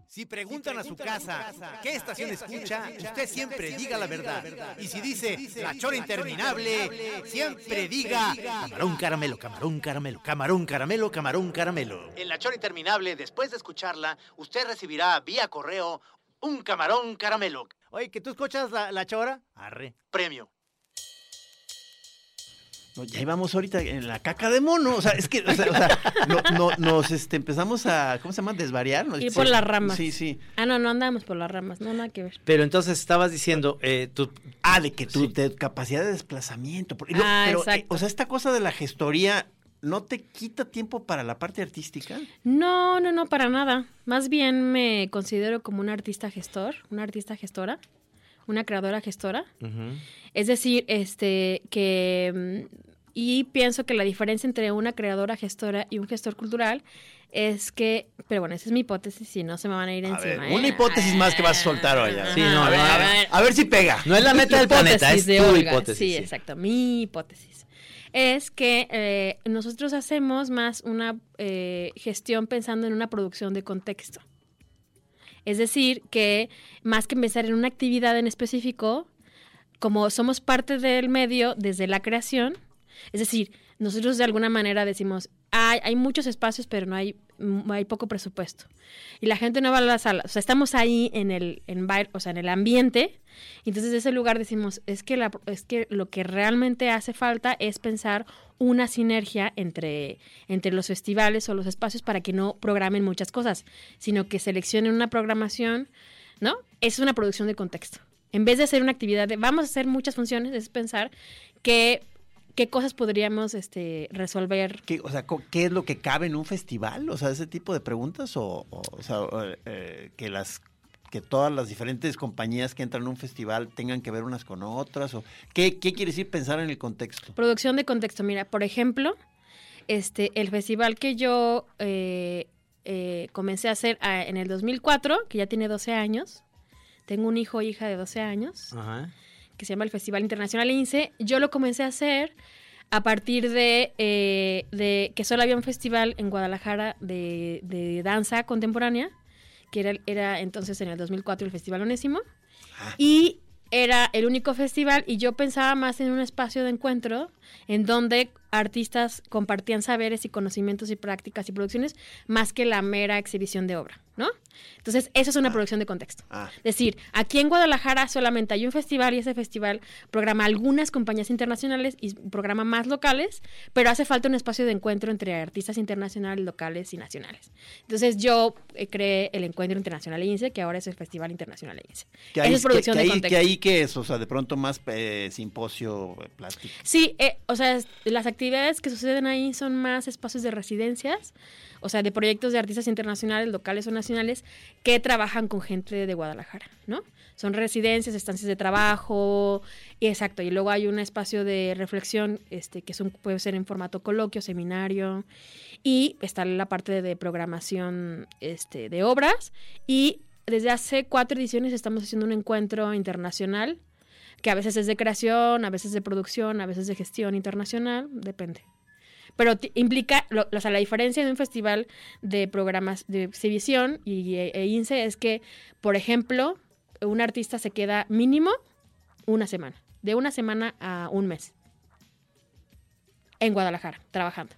Si preguntan a su casa qué estación escucha, usted siempre diga la verdad. Y si dice la chora interminable, siempre diga camarón caramelo, camarón caramelo, camarón caramelo, camarón caramelo. En la chora interminable, después de escucharla, usted recibirá vía correo un camarón caramelo Oye, que tú escuchas la, la chora. Arre. *laughs* premio. No, ya íbamos ahorita en la caca de mono. O sea, es que o sea, o sea, no- no- nos este, empezamos a, ¿cómo se llama? Desvariar. nos- Ir por las ramas. Sí, sí. Ah, no, no andamos por las ramas, no nada que ver. Pero entonces estabas diciendo, eh, tú, Ah, de que tu de capacidad de desplazamiento. por- y luego, Ah, pero, eh, exacto. o sea, esta cosa de la gestoría no te quita tiempo para la parte artística. No, no, no, para nada. Más bien me considero como un artista gestor, una artista gestora, una creadora gestora. Ujú. Es decir, este, que... mm, Y pienso que la diferencia entre una creadora gestora y un gestor cultural es que... Pero bueno, esa es mi hipótesis, si no se me van a ir A ver, encima. ¿eh? una hipótesis más que vas a soltar hoy. Sí, no, a, ver, no, a, a ver, a ver si pega. no es la meta del hipótesis planeta, es de tu Olga. hipótesis. Sí, sí. exacto, mi hipótesis. Es que eh, nosotros hacemos más una eh, gestión pensando en una producción de contexto. Es decir, que más que pensar en una actividad en específico, como somos parte del medio desde la creación, es decir, nosotros de alguna manera decimos, "Ay, hay muchos espacios, pero no hay, mm, hay poco presupuesto. Y la gente no va a la sala. O sea, estamos ahí en el, en, bail- o sea, en el ambiente. Y entonces, de ese lugar decimos, es que, la, es que lo que realmente hace falta es pensar una sinergia entre, entre los festivales o los espacios para que no programen muchas cosas, sino que seleccionen una programación, ¿no? Es una producción de contexto. En vez de hacer una actividad de vamos a hacer muchas funciones, es pensar que qué cosas podríamos este, resolver. ¿Qué, o sea, co- ¿qué es lo que cabe en un festival? O sea, ese tipo de preguntas o, o- o sea, o, eh, que las que todas las diferentes compañías que entran a un festival tengan que ver unas con otras o qué, qué quiere decir pensar en el contexto. Producción de contexto, mira, por ejemplo, este, el festival que yo eh, eh, comencé a hacer ah, en el 2004, que ya tiene 12 años, tengo un hijo o hija de 12 años, Ajá. que se llama el Festival Internacional INSE, yo lo comencé a hacer a partir de, eh, de que solo había un festival en Guadalajara de, de danza contemporánea, que era, era entonces en el 2004 el Festival Onésimo, y era el único festival y yo pensaba más en un espacio de encuentro en donde artistas compartían saberes y conocimientos y prácticas y producciones más que la mera exhibición de obra, ¿no? Entonces, eso es una producción de contexto. Ah. Es decir, aquí en Guadalajara solamente hay un festival y ese festival programa algunas compañías internacionales y programa más locales, pero hace falta un espacio de encuentro entre artistas internacionales, locales y nacionales. Entonces, yo eh, creé el Encuentro Internacional INSE, que ahora es el Festival Internacional INSE. Que Esa ahí, es producción que, que de ahí- contexto. que ahí que es, o sea, de pronto más eh, simposio, eh, plática. Sí, eh, o sea, es- las actividades que suceden ahí son más espacios de residencias, o sea, de proyectos de artistas internacionales, locales o nacionales, que trabajan con gente de Guadalajara, ¿no? Son residencias, estancias de trabajo, y exacto, y luego hay un espacio de reflexión, este, que es un- puede ser en formato coloquio, seminario, y está la parte de programación este, de obras, y desde hace cuatro ediciones estamos haciendo un encuentro internacional que a veces es de creación, a veces de producción, a veces de gestión internacional, depende. Pero ti- implica, lo- o sea, la diferencia de un festival de programas de exhibición y, e, e INSE es que, por ejemplo, un artista se queda mínimo una semana, de una semana a un mes, en Guadalajara, trabajando.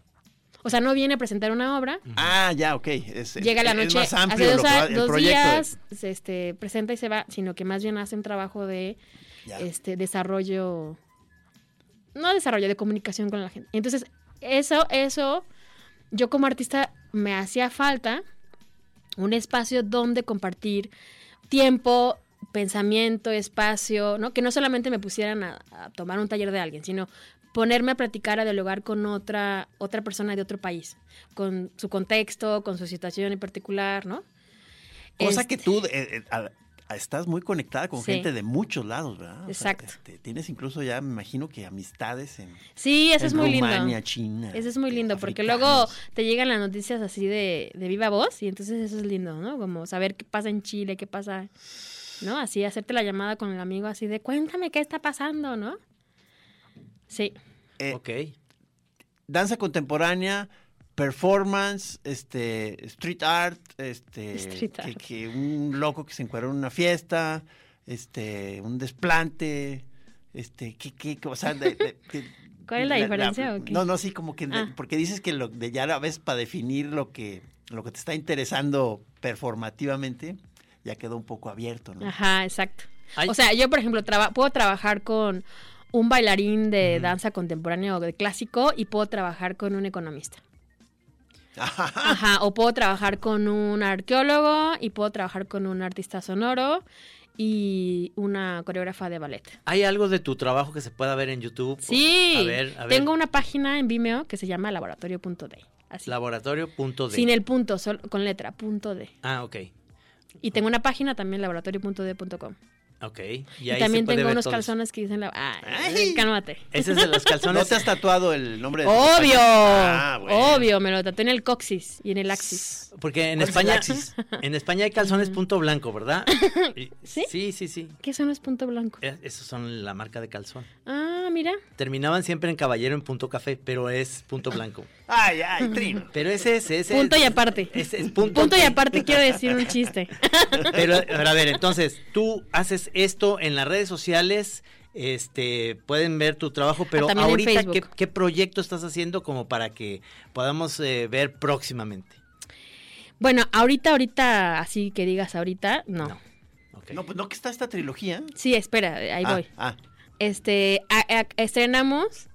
O sea, no viene a presentar una obra, Ah, ya, ok. Es, es- llega la es noche, más hace amplio dos, lo que va- a- el dos proyecto. eh, de- días, se, este, presenta y se va, sino que más bien hace un trabajo de Ya. este desarrollo, no desarrollo, de comunicación con la gente. Entonces, eso, eso, yo como artista me hacía falta un espacio donde compartir tiempo, pensamiento, espacio, ¿no? Que no solamente me pusieran a, a tomar un taller de alguien, sino ponerme a platicar, a dialogar con otra, otra persona de otro país, con su contexto, con su situación en particular, ¿no? Cosa Este, que tú eh, eh, a- a- estás muy conectada con Sí. gente de muchos lados, ¿verdad? O sea, Exacto. este, tienes incluso ya, me imagino que amistades en, Sí, eso en es muy Rumania, lindo. China. Eso es muy lindo, porque luego africanos. te llegan las noticias así de, de viva voz y entonces eso es lindo, ¿no? Como saber qué pasa en Chile, qué pasa, ¿no? Así, hacerte la llamada con el amigo así de cuéntame qué está pasando, ¿no? Sí. Eh, Ok. Danza contemporánea, performance, este, street art, este, Street que, art. que un loco que se encuadró en una fiesta, este, un desplante, este, que, que, que, o sea, de- de- que- *laughs* ¿Cuál es la diferencia o qué? No, no, sí, como que, de- Ah. porque dices que lo, de ya a veces para definir lo que, lo que te está interesando performativamente, ya quedó un poco abierto, ¿no? Ajá, exacto. Ay. O sea, yo, por ejemplo, traba- puedo trabajar con un bailarín de danza contemporánea o de clásico y puedo trabajar con un economista. Ajá, o puedo trabajar con un arqueólogo y puedo trabajar con un artista sonoro y una coreógrafa de ballet. ¿Hay algo de tu trabajo que se pueda ver en YouTube? Sí, A ver, a ver. tengo una página en Vimeo que se llama laboratorio.de. Así. Laboratorio.de. Sin el punto, sol- con letra, punto D. Ah, ok. Y tengo una página también, laboratorio.d.com. Ok. Y, Y, ahí se también puede tengo ver unos todo eso. calzones que dicen... La... Ay. Ay, cálmate. Ese es de los ¿No calzones. te has tatuado el nombre de tu Obvio, compañero? Ah, bueno. obvio, me lo tatué en el coxis y en el axis. Porque en ¿Cuál es España, el *laughs* axis? en España hay calzones punto blanco, ¿verdad? Y- ¿Sí? Sí, sí, sí. ¿Qué son los punto blanco? Eh, Esos son la marca de calzón. Ah, mira. Terminaban siempre en caballero en punto café, pero es punto blanco. Ay, ay, Trino. Pero ese es ese. Punto es- y aparte. Ese es punto. Punto, y aparte quiero decir un chiste. Pero, pero a ver, entonces, tú haces esto en las redes sociales, este, pueden ver tu trabajo, pero también en ahorita, Facebook. ¿qué, qué proyecto estás haciendo como para que podamos eh, ver próximamente? Bueno, ahorita, ahorita, así que digas ahorita, no. No. Ok. *laughs* No, pues no que está esta trilogía. Sí, espera, ahí Ah, voy. Ah, Este, a- a- estrenamos,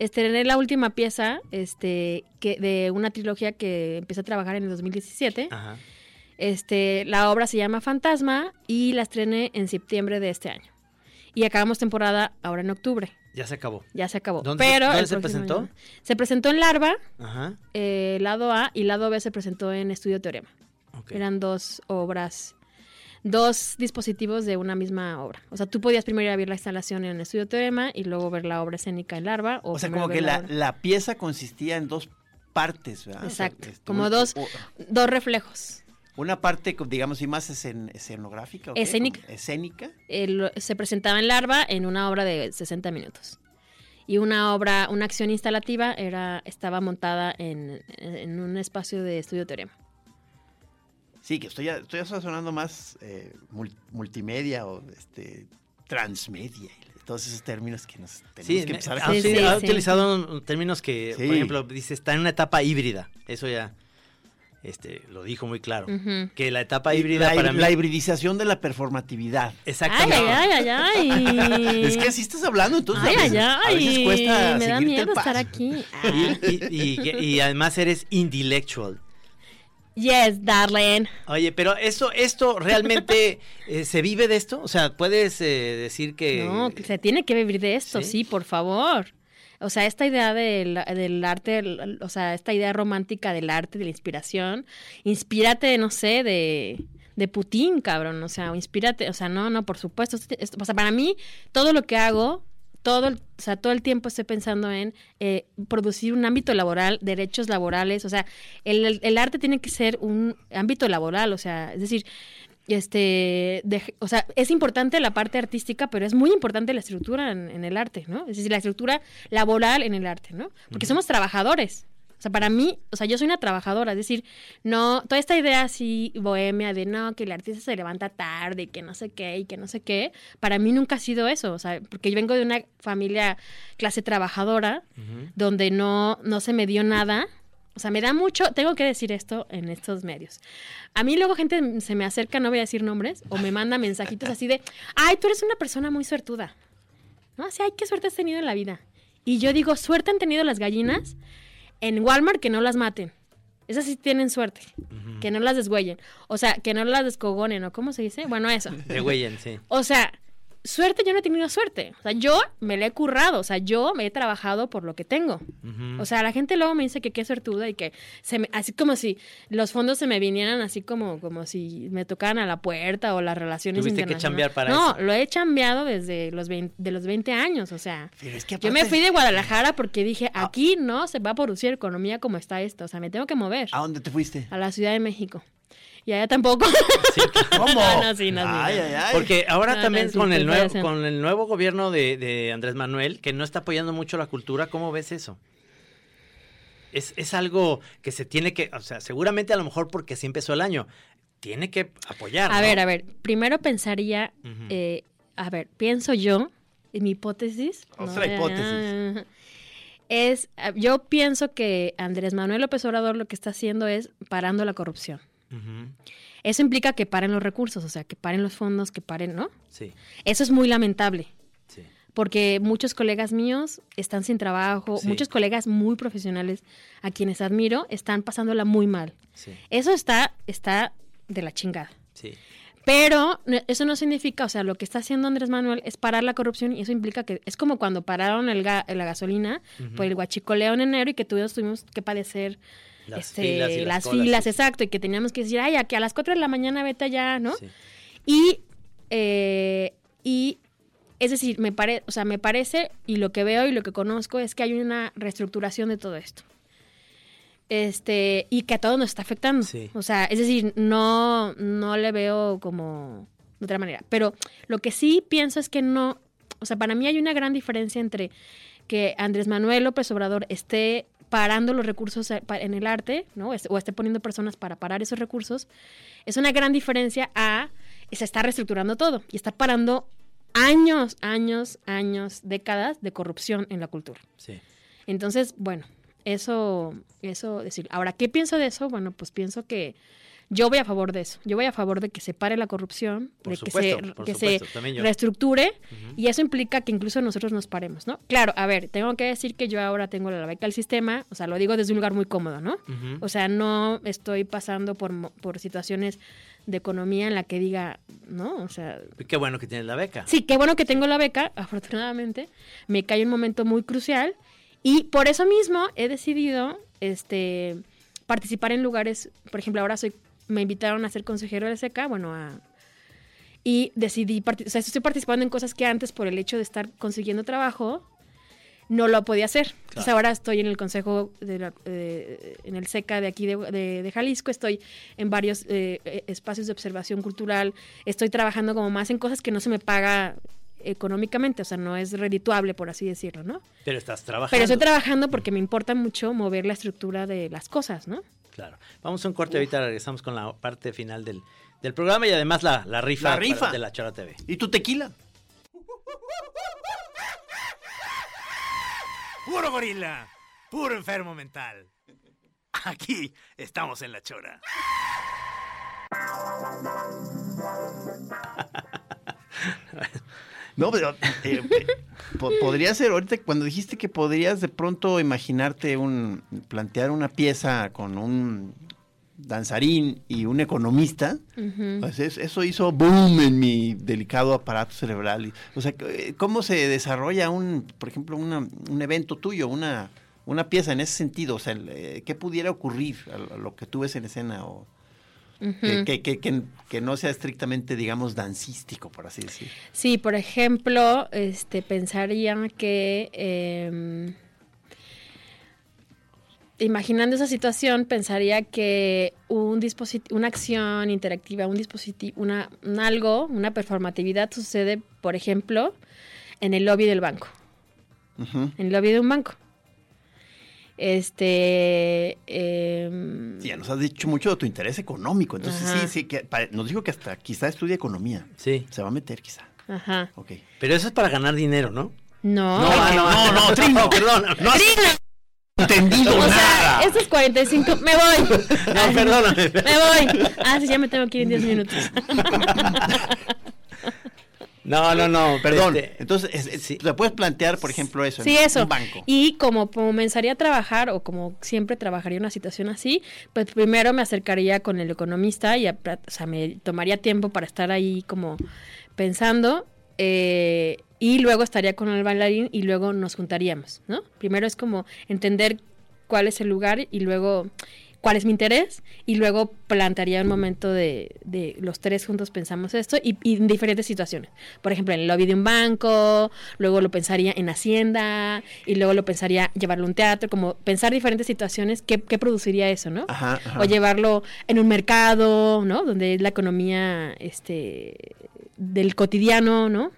estrené la última pieza, este, que de una trilogía que empecé a trabajar en el 2017. Ajá. Este, la obra se llama Fantasma y la estrené en septiembre de este año. Y acabamos temporada ahora en octubre. Ya se acabó. Ya se acabó. ¿Dónde- Pero dónde el se próximo presentó? año- Se presentó en Larva, Ajá. eh, lado A, y lado B se presentó en Estudio Teorema. ok. Eran dos obras, dos dispositivos de una misma obra. O sea, tú podías primero ir a ver la instalación en Estudio Teorema y luego ver la obra escénica en Larva. O, o sea, primero como que ver la la, obra. la pieza consistía en dos partes, ¿verdad? O sea, este, Exacto, como dos- o- Dos reflejos. una parte, digamos, y más escen- escenográfica. ¿o qué? Escénica. Como Escénica. El- se presentaba en Larva en una obra de 60 minutos. Y una obra, una acción instalativa era, estaba montada en, en un espacio de Estudio Teorema. Sí, que estoy, ya- estoy ya sonando más eh, mul- multimedia o este transmedia. todos esos términos que nos tenemos Sí, que me- empezar a ha- Sí, sí, ah, sí, ha sí. utilizado un- términos que, Sí. por ejemplo, dice, está en una etapa híbrida. Eso ya este, lo dijo muy claro. Ujú. Que la etapa híbrida la, para hib- la mí... hibridización de la performatividad. Ay, Exactamente. ay, ay, ay, ay. *laughs* Es que así estás hablando, entonces Ay, a, veces, ay, a ay. veces cuesta me da seguirte el miedo estar paso. *laughs* aquí. Ah. Y, y- y- y además eres intellectual. Yes, darling. Oye, pero eso, esto *laughs* realmente eh, se vive de esto. O sea, puedes eh, decir que. No, que se tiene que vivir de esto, ¿Sí? ¿sí? por favor. O sea, esta idea del, del arte, el- o sea, esta idea romántica del arte, de la inspiración, inspírate, no sé, de, de Putin, cabrón, o sea, o inspírate, o sea, no, no, por supuesto, esto- esto- o sea, para mí, todo lo que hago, todo el, o sea, todo el tiempo estoy pensando en eh, producir un ámbito laboral, derechos laborales, o sea, el, el- el arte tiene que ser un ámbito laboral, o sea, es decir, este, dej- o sea, es importante la parte artística, pero es muy importante la estructura en, en el arte, ¿no? Es decir, la estructura laboral en el arte, ¿no? Porque somos trabajadores. O sea, para mí, o sea, yo soy una trabajadora, es decir, no, toda esta idea así bohemia de no, que el artista se levanta tarde y que no sé qué y que no sé qué, para mí nunca ha sido eso, o sea, porque yo vengo de una familia clase trabajadora, donde no, no se me dio nada. O sea, me da mucho, tengo que decir esto en estos medios. A mí luego gente se me acerca, no voy a decir nombres, o me manda mensajitos así de, ay, tú eres una persona muy suertuda. No, así, ay, qué suerte has tenido en la vida. Y yo digo, suerte han tenido las gallinas en Walmart que no las maten. Esas sí tienen suerte, que no las desgüellen. O sea, que no las descogonen, ¿o cómo se dice? Bueno, eso. Te huellen, sí. O sea, suerte yo no he tenido suerte. O sea, yo me la he currado, o sea, yo me he trabajado por lo que tengo. O sea, la gente luego me dice que qué suertuda y que se me- así como si los fondos se me vinieran así como, como si me tocaran a la puerta o las relaciones Tuviste que internacionales. chambear para No, eso. lo he chambeado desde los 20, de los 20 años, o sea. Pero es que Yo me aparte- eh, ah. fui de Guadalajara porque dije, aquí no se va a producir economía como está esto, o sea, me tengo que mover ¿A dónde te fuiste? a la Ciudad de México. Y allá tampoco. ¿Cómo? *laughs* No, no, sí, no, sí, ay, no. ay, ay. Porque ahora No, no, también sí, con, el estoy nuevo, haciendo. con el nuevo gobierno de, de Andrés Manuel, que no está apoyando mucho la cultura, ¿cómo ves eso? Es, es algo que se tiene que, o sea, seguramente a lo mejor porque así empezó el año, tiene que apoyar. A ver, a ver, primero pensaría, eh, a ver, pienso yo, en mi hipótesis. Ah, Otra hipótesis. Es, ah, yo pienso que Andrés Manuel López Obrador lo que está haciendo es parando la corrupción. Eso implica que paren los recursos, o sea, que paren los fondos, que paren, ¿no? Sí, Eso es muy lamentable sí. porque muchos colegas míos están sin trabajo, Sí. muchos colegas muy profesionales a quienes admiro están pasándola muy mal. Sí, Eso está, está de la chingada. sí. Pero no- eso no significa, o sea, lo que está haciendo Andrés Manuel es parar la corrupción y eso implica que es como cuando pararon el ga- la gasolina por el guachicoleo en enero y que tuvimos, tuvimos que padecer Las este, filas y las las colas, filas, sí. exacto, y que teníamos que decir, ay, aquí a las 4 de la mañana vete allá, ¿no? Sí. Y, eh, y es decir, me, pare, o sea, me parece, y lo que veo y lo que conozco es que hay una reestructuración de todo esto. Este, y que a todos nos está afectando. Sí. O sea, es decir, no, no le veo como de otra manera. Pero lo que sí pienso es que no, o sea, para mí hay una gran diferencia entre que Andrés Manuel López Obrador esté parando los recursos eh, pa- en el arte, ¿no? Es- O esté poniendo personas para parar esos recursos, es una gran diferencia a eh, se está reestructurando todo y está parando años, años, años, décadas de corrupción en la cultura. sí. Entonces, bueno, eso, eso decir. Ahora, ¿qué pienso de eso? Bueno, pues pienso que yo voy a favor de eso. Yo voy a favor de que se pare la corrupción, Por de que supuesto, se, por que supuesto, se también yo. reestructure y eso implica que incluso nosotros nos paremos, ¿no? Claro, a ver, tengo que decir que yo ahora tengo la beca al sistema, o sea, lo digo desde un lugar muy cómodo, ¿no? O sea, no estoy pasando por, mo- por situaciones de economía en la que diga, no, o sea, Qué bueno que tienes la beca. Sí, qué bueno que tengo la beca, afortunadamente. Me cae un momento muy crucial. Y por eso mismo he decidido este, participar en lugares. Por ejemplo, ahora soy, me invitaron a ser consejero de SECA, bueno, a. Y decidí, parti- o sea, estoy participando en cosas que antes, por el hecho de estar consiguiendo trabajo, no lo podía hacer. Entonces ahora estoy en el consejo, de la- eh, en el SECA de aquí de, de- de Jalisco, estoy en varios eh, eh, espacios de observación cultural, estoy trabajando como más en cosas que no se me paga económicamente, o sea, no es redituable, por así decirlo, ¿no? Pero estás trabajando. Pero estoy trabajando porque me importa mucho mover la estructura de las cosas, ¿no? Claro. Vamos a un corte, ahorita regresamos con la parte final del, del programa y además la, la rifa, La rifa. de la Chora TV. ¿Y tu tequila? puro gorila, puro enfermo mental. Aquí estamos en la chora. No, pero eh, po- podría ser, ahorita cuando dijiste que podrías de pronto imaginarte un, plantear una pieza con un danzarín y un economista, pues es- eso hizo boom en mi delicado aparato cerebral. Y, O sea, que, ¿cómo se desarrolla un, por ejemplo, una- un evento tuyo, una, una pieza en ese sentido? O sea, el, eh, ¿qué pudiera ocurrir a, a lo que tú ves en escena o que- que, que- que- que no sea estrictamente, digamos, dancístico, por así decir? Sí, por ejemplo, este pensaría que em, imaginando esa situación, pensaría que un disposit- una acción interactiva, un dispositivo, una, un algo, una performatividad sucede, por ejemplo, en el lobby del banco, Ujú. en el lobby de un banco. Este em, Sí, ya nos has dicho mucho de tu interés económico. Entonces, Ajá. sí, sí, que pa- nos dijo que hasta quizá estudia economía. Sí. Se va a meter, quizá. ajá. Ok. Pero eso es para ganar dinero, ¿no? No. ah, no, no, Trino, perdón. No has *laughs* entendido O sea, nada. estos 45. ¡Me voy! No, perdóname. ¡Me voy! Ah, sí, ya me tengo que ir en *laughs* 10 minutos. No, no, no, Perdón. perdón. Este, Entonces, es- es- sí. te puedes plantear, por ejemplo, eso. Sí, en eso. Un banco. Y como comenzaría a trabajar, o como siempre trabajaría una situación así, pues primero me acercaría con el economista y, a plat- o sea, me tomaría tiempo para estar ahí como pensando. eh, y luego estaría con el bailarín y luego nos juntaríamos, ¿no? Primero es como entender cuál es el lugar y luego cuál es mi interés y luego plantearía un momento de, de los tres juntos pensamos esto y, y en diferentes situaciones. Por ejemplo, en el lobby de un banco, luego lo pensaría en Hacienda y luego lo pensaría llevarlo a un teatro, como pensar diferentes situaciones, ¿qué, qué produciría eso, no? Ajá, ajá. O llevarlo en un mercado, ¿no? Donde es la economía este del cotidiano, ¿no?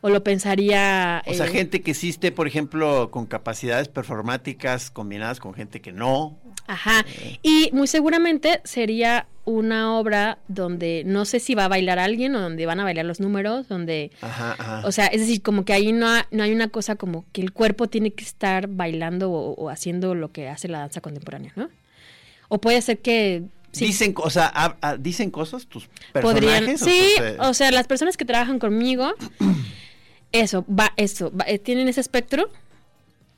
O lo pensaría... O sea, eh, gente que existe, por ejemplo, con capacidades performáticas combinadas con gente que no. Ajá. eh. Y muy seguramente sería una obra donde no sé si va a bailar alguien o donde van a bailar los números, donde... Ajá, ajá. O sea, es decir, como que ahí no, ha- no hay una cosa como que el cuerpo tiene que estar bailando o, o haciendo lo que hace la danza contemporánea, ¿no? O puede ser que... sí, Dicen, co- o sea, hab- ah, dicen cosas tus podrían... personajes. sí, o eh, sea, o sea, las personas que trabajan conmigo, *clears throat* eso, va, eso, va- eh, tienen ese espectro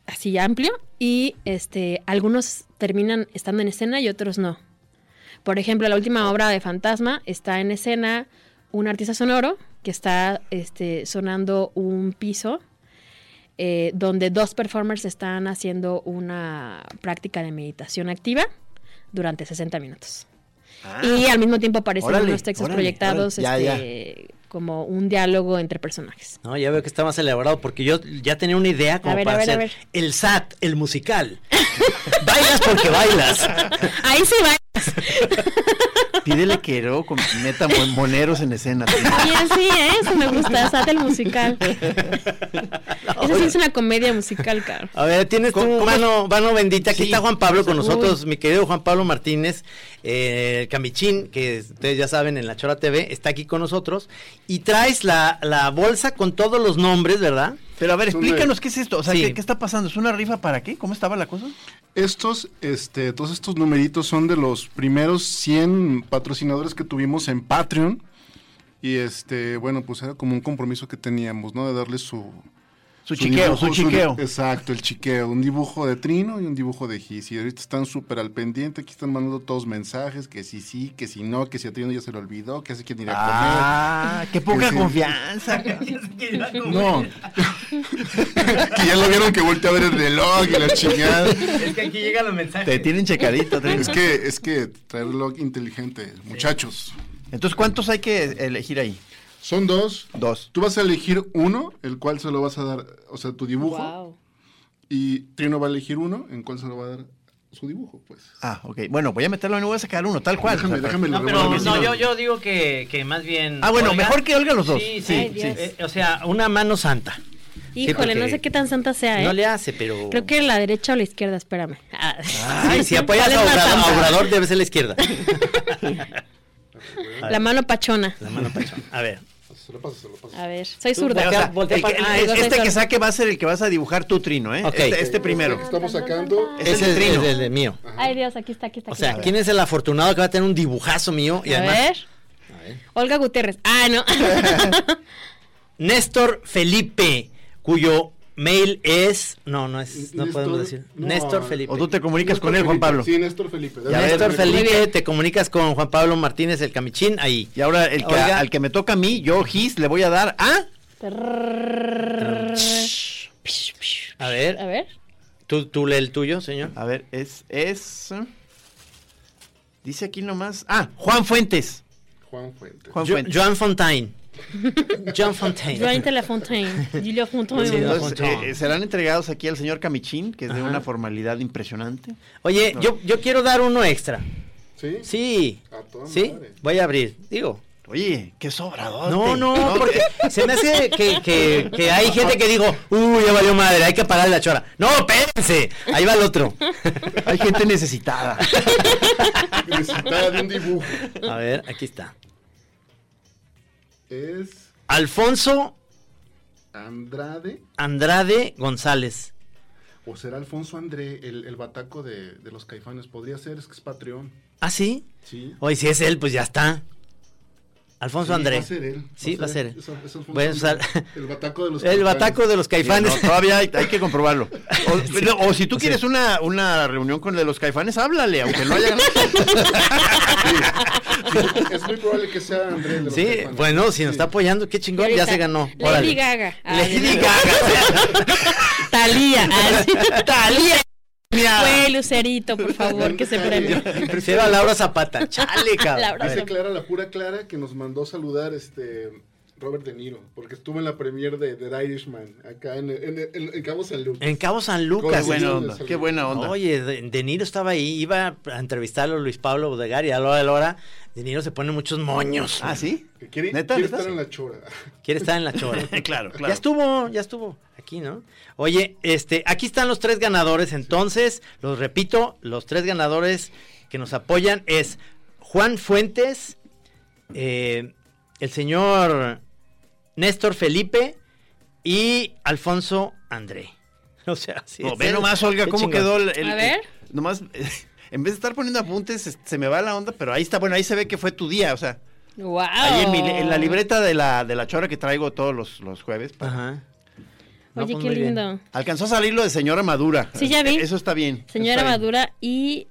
así amplio y este algunos terminan estando en escena y otros no. Por ejemplo, la última obra de Fantasma está en escena un artista sonoro que está este, sonando un piso eh, donde dos performers están haciendo una práctica de meditación activa durante 60 minutos. Ah. y al mismo tiempo aparecen Órale, unos textos órale, proyectados órale. Ya, este, como un diálogo entre personajes. No, ya veo que está más elaborado porque yo ya tenía una idea como A ver, para a ver, a hacer ver. el SAT, el musical. *laughs* bailas porque bailas. *laughs* Ahí sí va. Pídele que luego con- meta mon- moneros en *laughs* escena. Bien, sí, ¿eh? eso me gusta, Sat *laughs* el musical. Eso sí es una comedia musical, cabrón. A ver, tienes tu mano, mano bendita. Aquí Sí. está Juan Pablo con nosotros, mi querido Juan Pablo Martínez, eh, el Camichín, que es- ustedes ya saben en La Chora TV, está aquí con nosotros. Y traes la, la bolsa con todos los nombres, ¿verdad? Pero a ver, Es una- explícanos qué es eh, esto. O sea, Sí. ¿qué, qué está pasando? ¿Es una rifa para qué? ¿Cómo estaba la cosa? Estos, este, todos estos numeritos son de los primeros 100 patrocinadores que tuvimos en Patreon. Y este, bueno, pues era como un compromiso que teníamos, ¿no? De darles su. Su chiqueo, su dibujo, chiqueo. exacto, el chiqueo. Un dibujo de Trino y un dibujo de Gis. Y ahorita están súper al pendiente. Aquí están mandando todos mensajes: que si sí, que si no, que si a Trino ya se le olvidó, que hace quien irá a *laughs* comer. Ah, qué poca Sí. *laughs* confianza. No. *laughs* que ya lo vieron que volteé a ver el reloj y la chingada. Es que aquí llega los mensajes. Te tienen checadito. Trino. Es que, es que traer reloj inteligente, muchachos. Entonces, ¿cuántos hay que elegir ahí? Son dos. Dos. Tú vas a elegir uno, el cual se lo vas a dar, o sea, tu dibujo. Y Trino va a elegir uno, en cual se lo va a dar su dibujo, pues. Ah, ok. Bueno, voy a meterlo y no voy a sacar uno, tal cual. Déjame, déjame No, lo pero revuelvo. no, yo, yo digo que, que más bien. Ah, bueno, mejor que Olga los dos. Sí, Sí, sí, Ay, Dios. Eh, o sea, una mano santa. Híjole, porque no sé qué tan santa sea, ¿eh? No le hace, pero. Creo que la derecha o la izquierda, espérame. Ah. Ay, *laughs* si apoyas ¿Cuál es a más Obrador, santa? a Obrador, debe *laughs* ser la izquierda. La mano pachona. La mano pachón. A ver. se lo paso, se lo paso. A ver, soy Tú zurda. voltea- voltea El que- para- ah, es- los este que dedos. saque va a ser el que vas a dibujar tú, Trino, ¿eh? Ok. Este, este primero. Estamos sacando. Es ese el trino. es el de mío. Ay, Dios, aquí está, aquí está. O aquí sea, está. ¿quién es el afortunado que va a tener un dibujazo mío? Y Ah, a, además, ver. Olga Gutiérrez. Ah, no. Néstor Felipe, cuyo mail es. No, no es. No Néstor- podemos decir. no. Néstor Felipe. O tú te comunicas Néstor con él, Juan Felipe. Pablo. Sí, Néstor Felipe. Ya Néstor Felipe. Felipe, te comunicas con Juan Pablo Martínez, el camichín, ahí. Y ahora el que, Oiga. al que me toca a mí, yo, Gis, le voy a dar a... A ver, A ver. Tú, tú lee el tuyo, señor. A ver, es... es... Dice aquí nomás... Ah, Juan Fuentes. Juan Fuentes. Juan Jo- Fuentes. Joan Fontaine. *laughs* Joan Fontaine. Joan de la Fontaine. Julio Sí, Fontaine. no. *laughs* Entonces, Juan- eh, serán entregados aquí al señor Camichín, que es de Ajá. una formalidad impresionante. Oye, yo, yo quiero dar uno extra. ¿Sí? Sí. A toda Sí, madre. voy a abrir. Digo. Oye, qué sobrador. eh, No, no, porque se me hace que, que- que hay gente que digo, uy, ya valió madre, hay que apagar la chora. No, espérense, ahí va el otro. Hay gente *laughs* necesitada. Necesitaba de un dibujo. A ver, aquí está. Es Alfonso Andrade. Andrade González. O será Alfonso André, el, el bataco de, de los caifanes. Podría ser, es que es Patreon. ¿Ah, sí? Sí. Oye, si es él, pues ya está. Alfonso Sí, André. Va a ser él. Sí, va a ser. Es- es Alfonso Voy a usar- André, El bataco de los El bataco *laughs* de los caifanes. No, todavía hay, hay que *laughs* comprobarlo. O, no, o si tú quieres una, una reunión con el de los caifanes, háblale, aunque no haya *laughs* caifanes. Es muy probable que sea André. el de los Sí, caifanes. bueno, si nos Sí. está apoyando, qué chingón, ya Ahorita, se ganó. Lady Órale. Gaga. Ah, Lady ya. Gaga. Talía. Talía. Ah, Fue Lucerito, por favor, que se premie. *laughs* Prefiero a Laura Zapata. Chale, cabrón. Laura A ver. Dice Clara, la pura Clara, que nos mandó saludar este Robert De Niro, porque estuvo en la premier de, de The Irishman, acá en, en, en- en Cabo San Lucas. En Cabo San Qué Lucas. ¿eh? Con- buena onda, qué buena onda. Oye, de, De Niro estaba ahí, iba a entrevistarlo Luis Pablo Bodegar y a la hora de la hora, De Niro se pone muchos moños. ¿Ah, sí? Que Quiere, ¿Neta? quiere ¿Neta? estar en la chora. Quiere estar en la chora. *laughs* Claro, claro. Ya estuvo, ya estuvo. Aquí, ¿no? Oye, este, aquí están los tres ganadores. Entonces, los repito, los tres ganadores que nos apoyan es Juan Fuentes, eh, el señor Néstor Felipe y Alfonso André. *laughs* O sea, sí. No, es ve él. nomás, Este, Olga, Qué cómo chingón. quedó el, el- A ver. el- Nomás, *laughs* en vez de estar poniendo apuntes, es- se me va la onda, pero ahí está, bueno, ahí se ve que fue tu día, o sea, Wow. ahí en, mi- en Oh. la libreta de la, de la chora que traigo todos los, los jueves. pa- Ajá. No, Oye, pues, qué muy bien. lindo. Alcanzó a salir lo de señora madura. Sí, ya vi. Eso está bien. Señora está bien. Madura y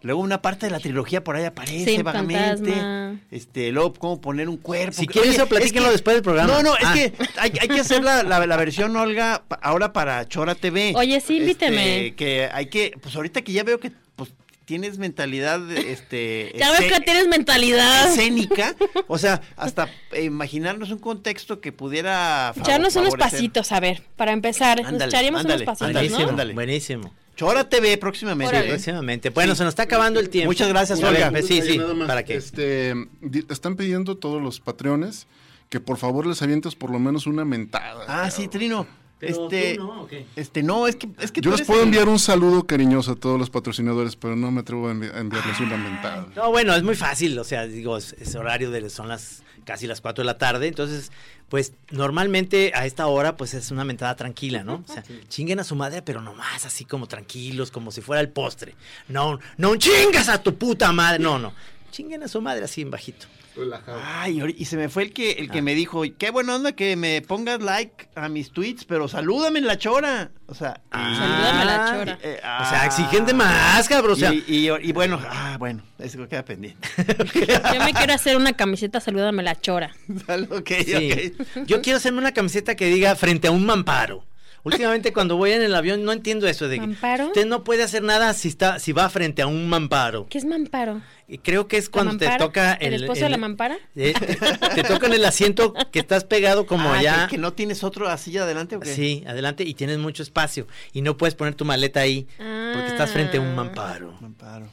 Luego una parte de la trilogía por ahí aparece Sí, un vagamente. fantasma. Este, luego cómo poner un cuerpo. Si quieres, eso platíquenlo es que- después del programa. No, no, Ah. es que hay, hay que hacer la, la- la versión, Olga, pa- ahora para Chora TV. Oye, sí, invíteme. Este, que hay que, pues ahorita que ya veo que pues, tienes mentalidad, este... Ya ves que escé- tienes mentalidad. Escénica, o sea, hasta eh, imaginarnos un contexto que pudiera... fa- Echarnos unos favorecer. pasitos, a ver, para empezar. Nos Ándale, echaríamos ándale, unos pasitos, ándale, ¿no? Buenísimo, Ándale. buenísimo. Chora TV próximamente. Órale. ¿eh? Próximamente. Bueno, se nos está acabando el tiempo. Muchas gracias, A ver, Olga. Un Sí, detalle sí, nada más. para que. Este, di- están pidiendo todos los patreones que por favor les avientes por lo menos una mentada. Ah, sí, Trino. Pero este, tú no, ¿o qué? este, no, es que, es que tú Yo les eres puedo el- enviar un saludo cariñoso a todos los patrocinadores, pero no me atrevo a, envi- a enviarles una mentada. No, bueno, es muy fácil, o sea, digo, es, es horario de son las casi las 4 de la tarde, entonces, pues normalmente a esta hora pues es una mentada tranquila, ¿no? O sea, chinguen a su madre, pero nomás así como tranquilos, como si fuera el postre. No, no chingas a tu puta madre, no, no. Chinguen a su madre así en bajito. Relajado. Ay, ahori- y se me fue el que Ah. el que me dijo, qué buena onda que me pongas like a mis tweets, pero salúdame en la chora. O sea, y- Salúdame a la chora. eh, Ah. O sea, exigente más, cabrón, o sea. y, y- y bueno, ah, bueno, eso queda pendiente. *laughs* Yo me quiero hacer una camiseta, salúdame la chora. Sal- *laughs* ok, Sí. ok. Yo quiero hacerme una camiseta que diga frente a un mamparo. Últimamente cuando voy en el avión no entiendo eso de que ¿Mamparo? usted no puede hacer nada si está si va frente a un mamparo. ¿Qué es mamparo? Y Creo que es cuando te mampara? toca ¿El esposo de la mampara? Eh, te, te tocan el asiento que estás pegado como Ah, allá. Que, que no tienes otro así adelante o qué? Sí, adelante y tienes mucho espacio y no puedes poner tu maleta ahí porque estás frente a un Ah. mamparo. Amparo.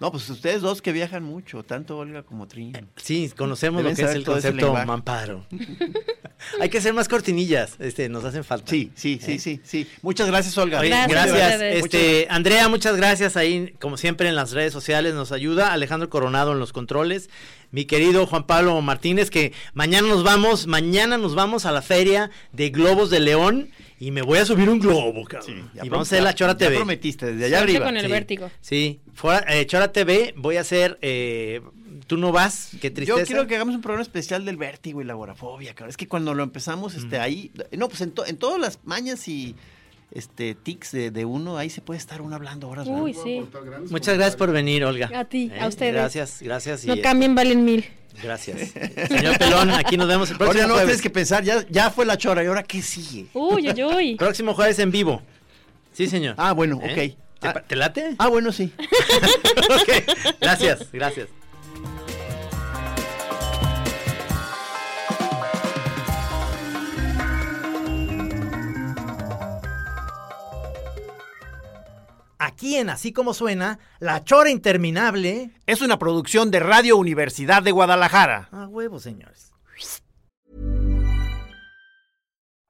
No, pues ustedes dos que viajan mucho, tanto Olga como Eh, Trin. Sí, conocemos Deben lo que es saber el todo ese concepto lenguaje. mamparo. *laughs* Hay que hacer más cortinillas, este, nos hacen falta. Sí, sí, sí, sí, sí. Muchas gracias, Olga. eh. Oye, Gracias gracias. a ustedes. Este, Andrea, muchas gracias ahí, como siempre, en las redes sociales nos ayuda. Alejandro Coronado en los controles. Mi querido Juan Pablo Martínez, que mañana nos vamos, mañana nos vamos a la feria de globos de León y me voy a subir un globo, cabrón. Ya y prom- vamos a hacer la ya- Chora ya TV. prometiste, desde allá Suerte arriba. con el Sí. vértigo. Sí, fuera, eh, Chora TV, voy a hacer. eh, Tú no vas, qué tristeza. Yo quiero que hagamos un programa especial del vértigo y la agorafobia, cabrón. Es que cuando lo empezamos, este, ahí, no, pues en, to- en todas las mañas y este tics de, de uno, ahí se puede estar uno hablando horas. Uy, largas. sí. Muchas gracias por venir, Olga. Eh, A ti, a ustedes. Gracias, gracias. y, No eh, cambien, valen mil. Gracias. Señor Pelón, aquí nos vemos el próximo Ahora no jueves. tienes que pensar, ya, ya fue la chora y ahora qué sigue. Uy, uy, uy. Próximo jueves en vivo. Sí, señor. Ah, bueno, ¿Eh? ok. ¿Te, Ah, pa- te late? ah, bueno, sí. ok. *laughs* Gracias, gracias. Aquí en Así Como Suena, La Chora Interminable es una producción de Radio Universidad de Guadalajara. A huevo, señores.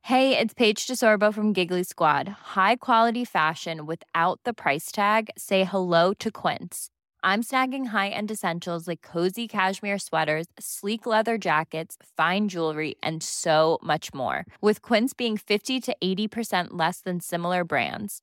Hey, it's Paige DeSorbo from Giggly Squad. High quality fashion without the price tag. Say hello to Quince. I'm snagging high-end essentials like cozy cashmere sweaters, sleek leather jackets, fine jewelry, and so much more. With Quince being 50 to 80% less than similar brands.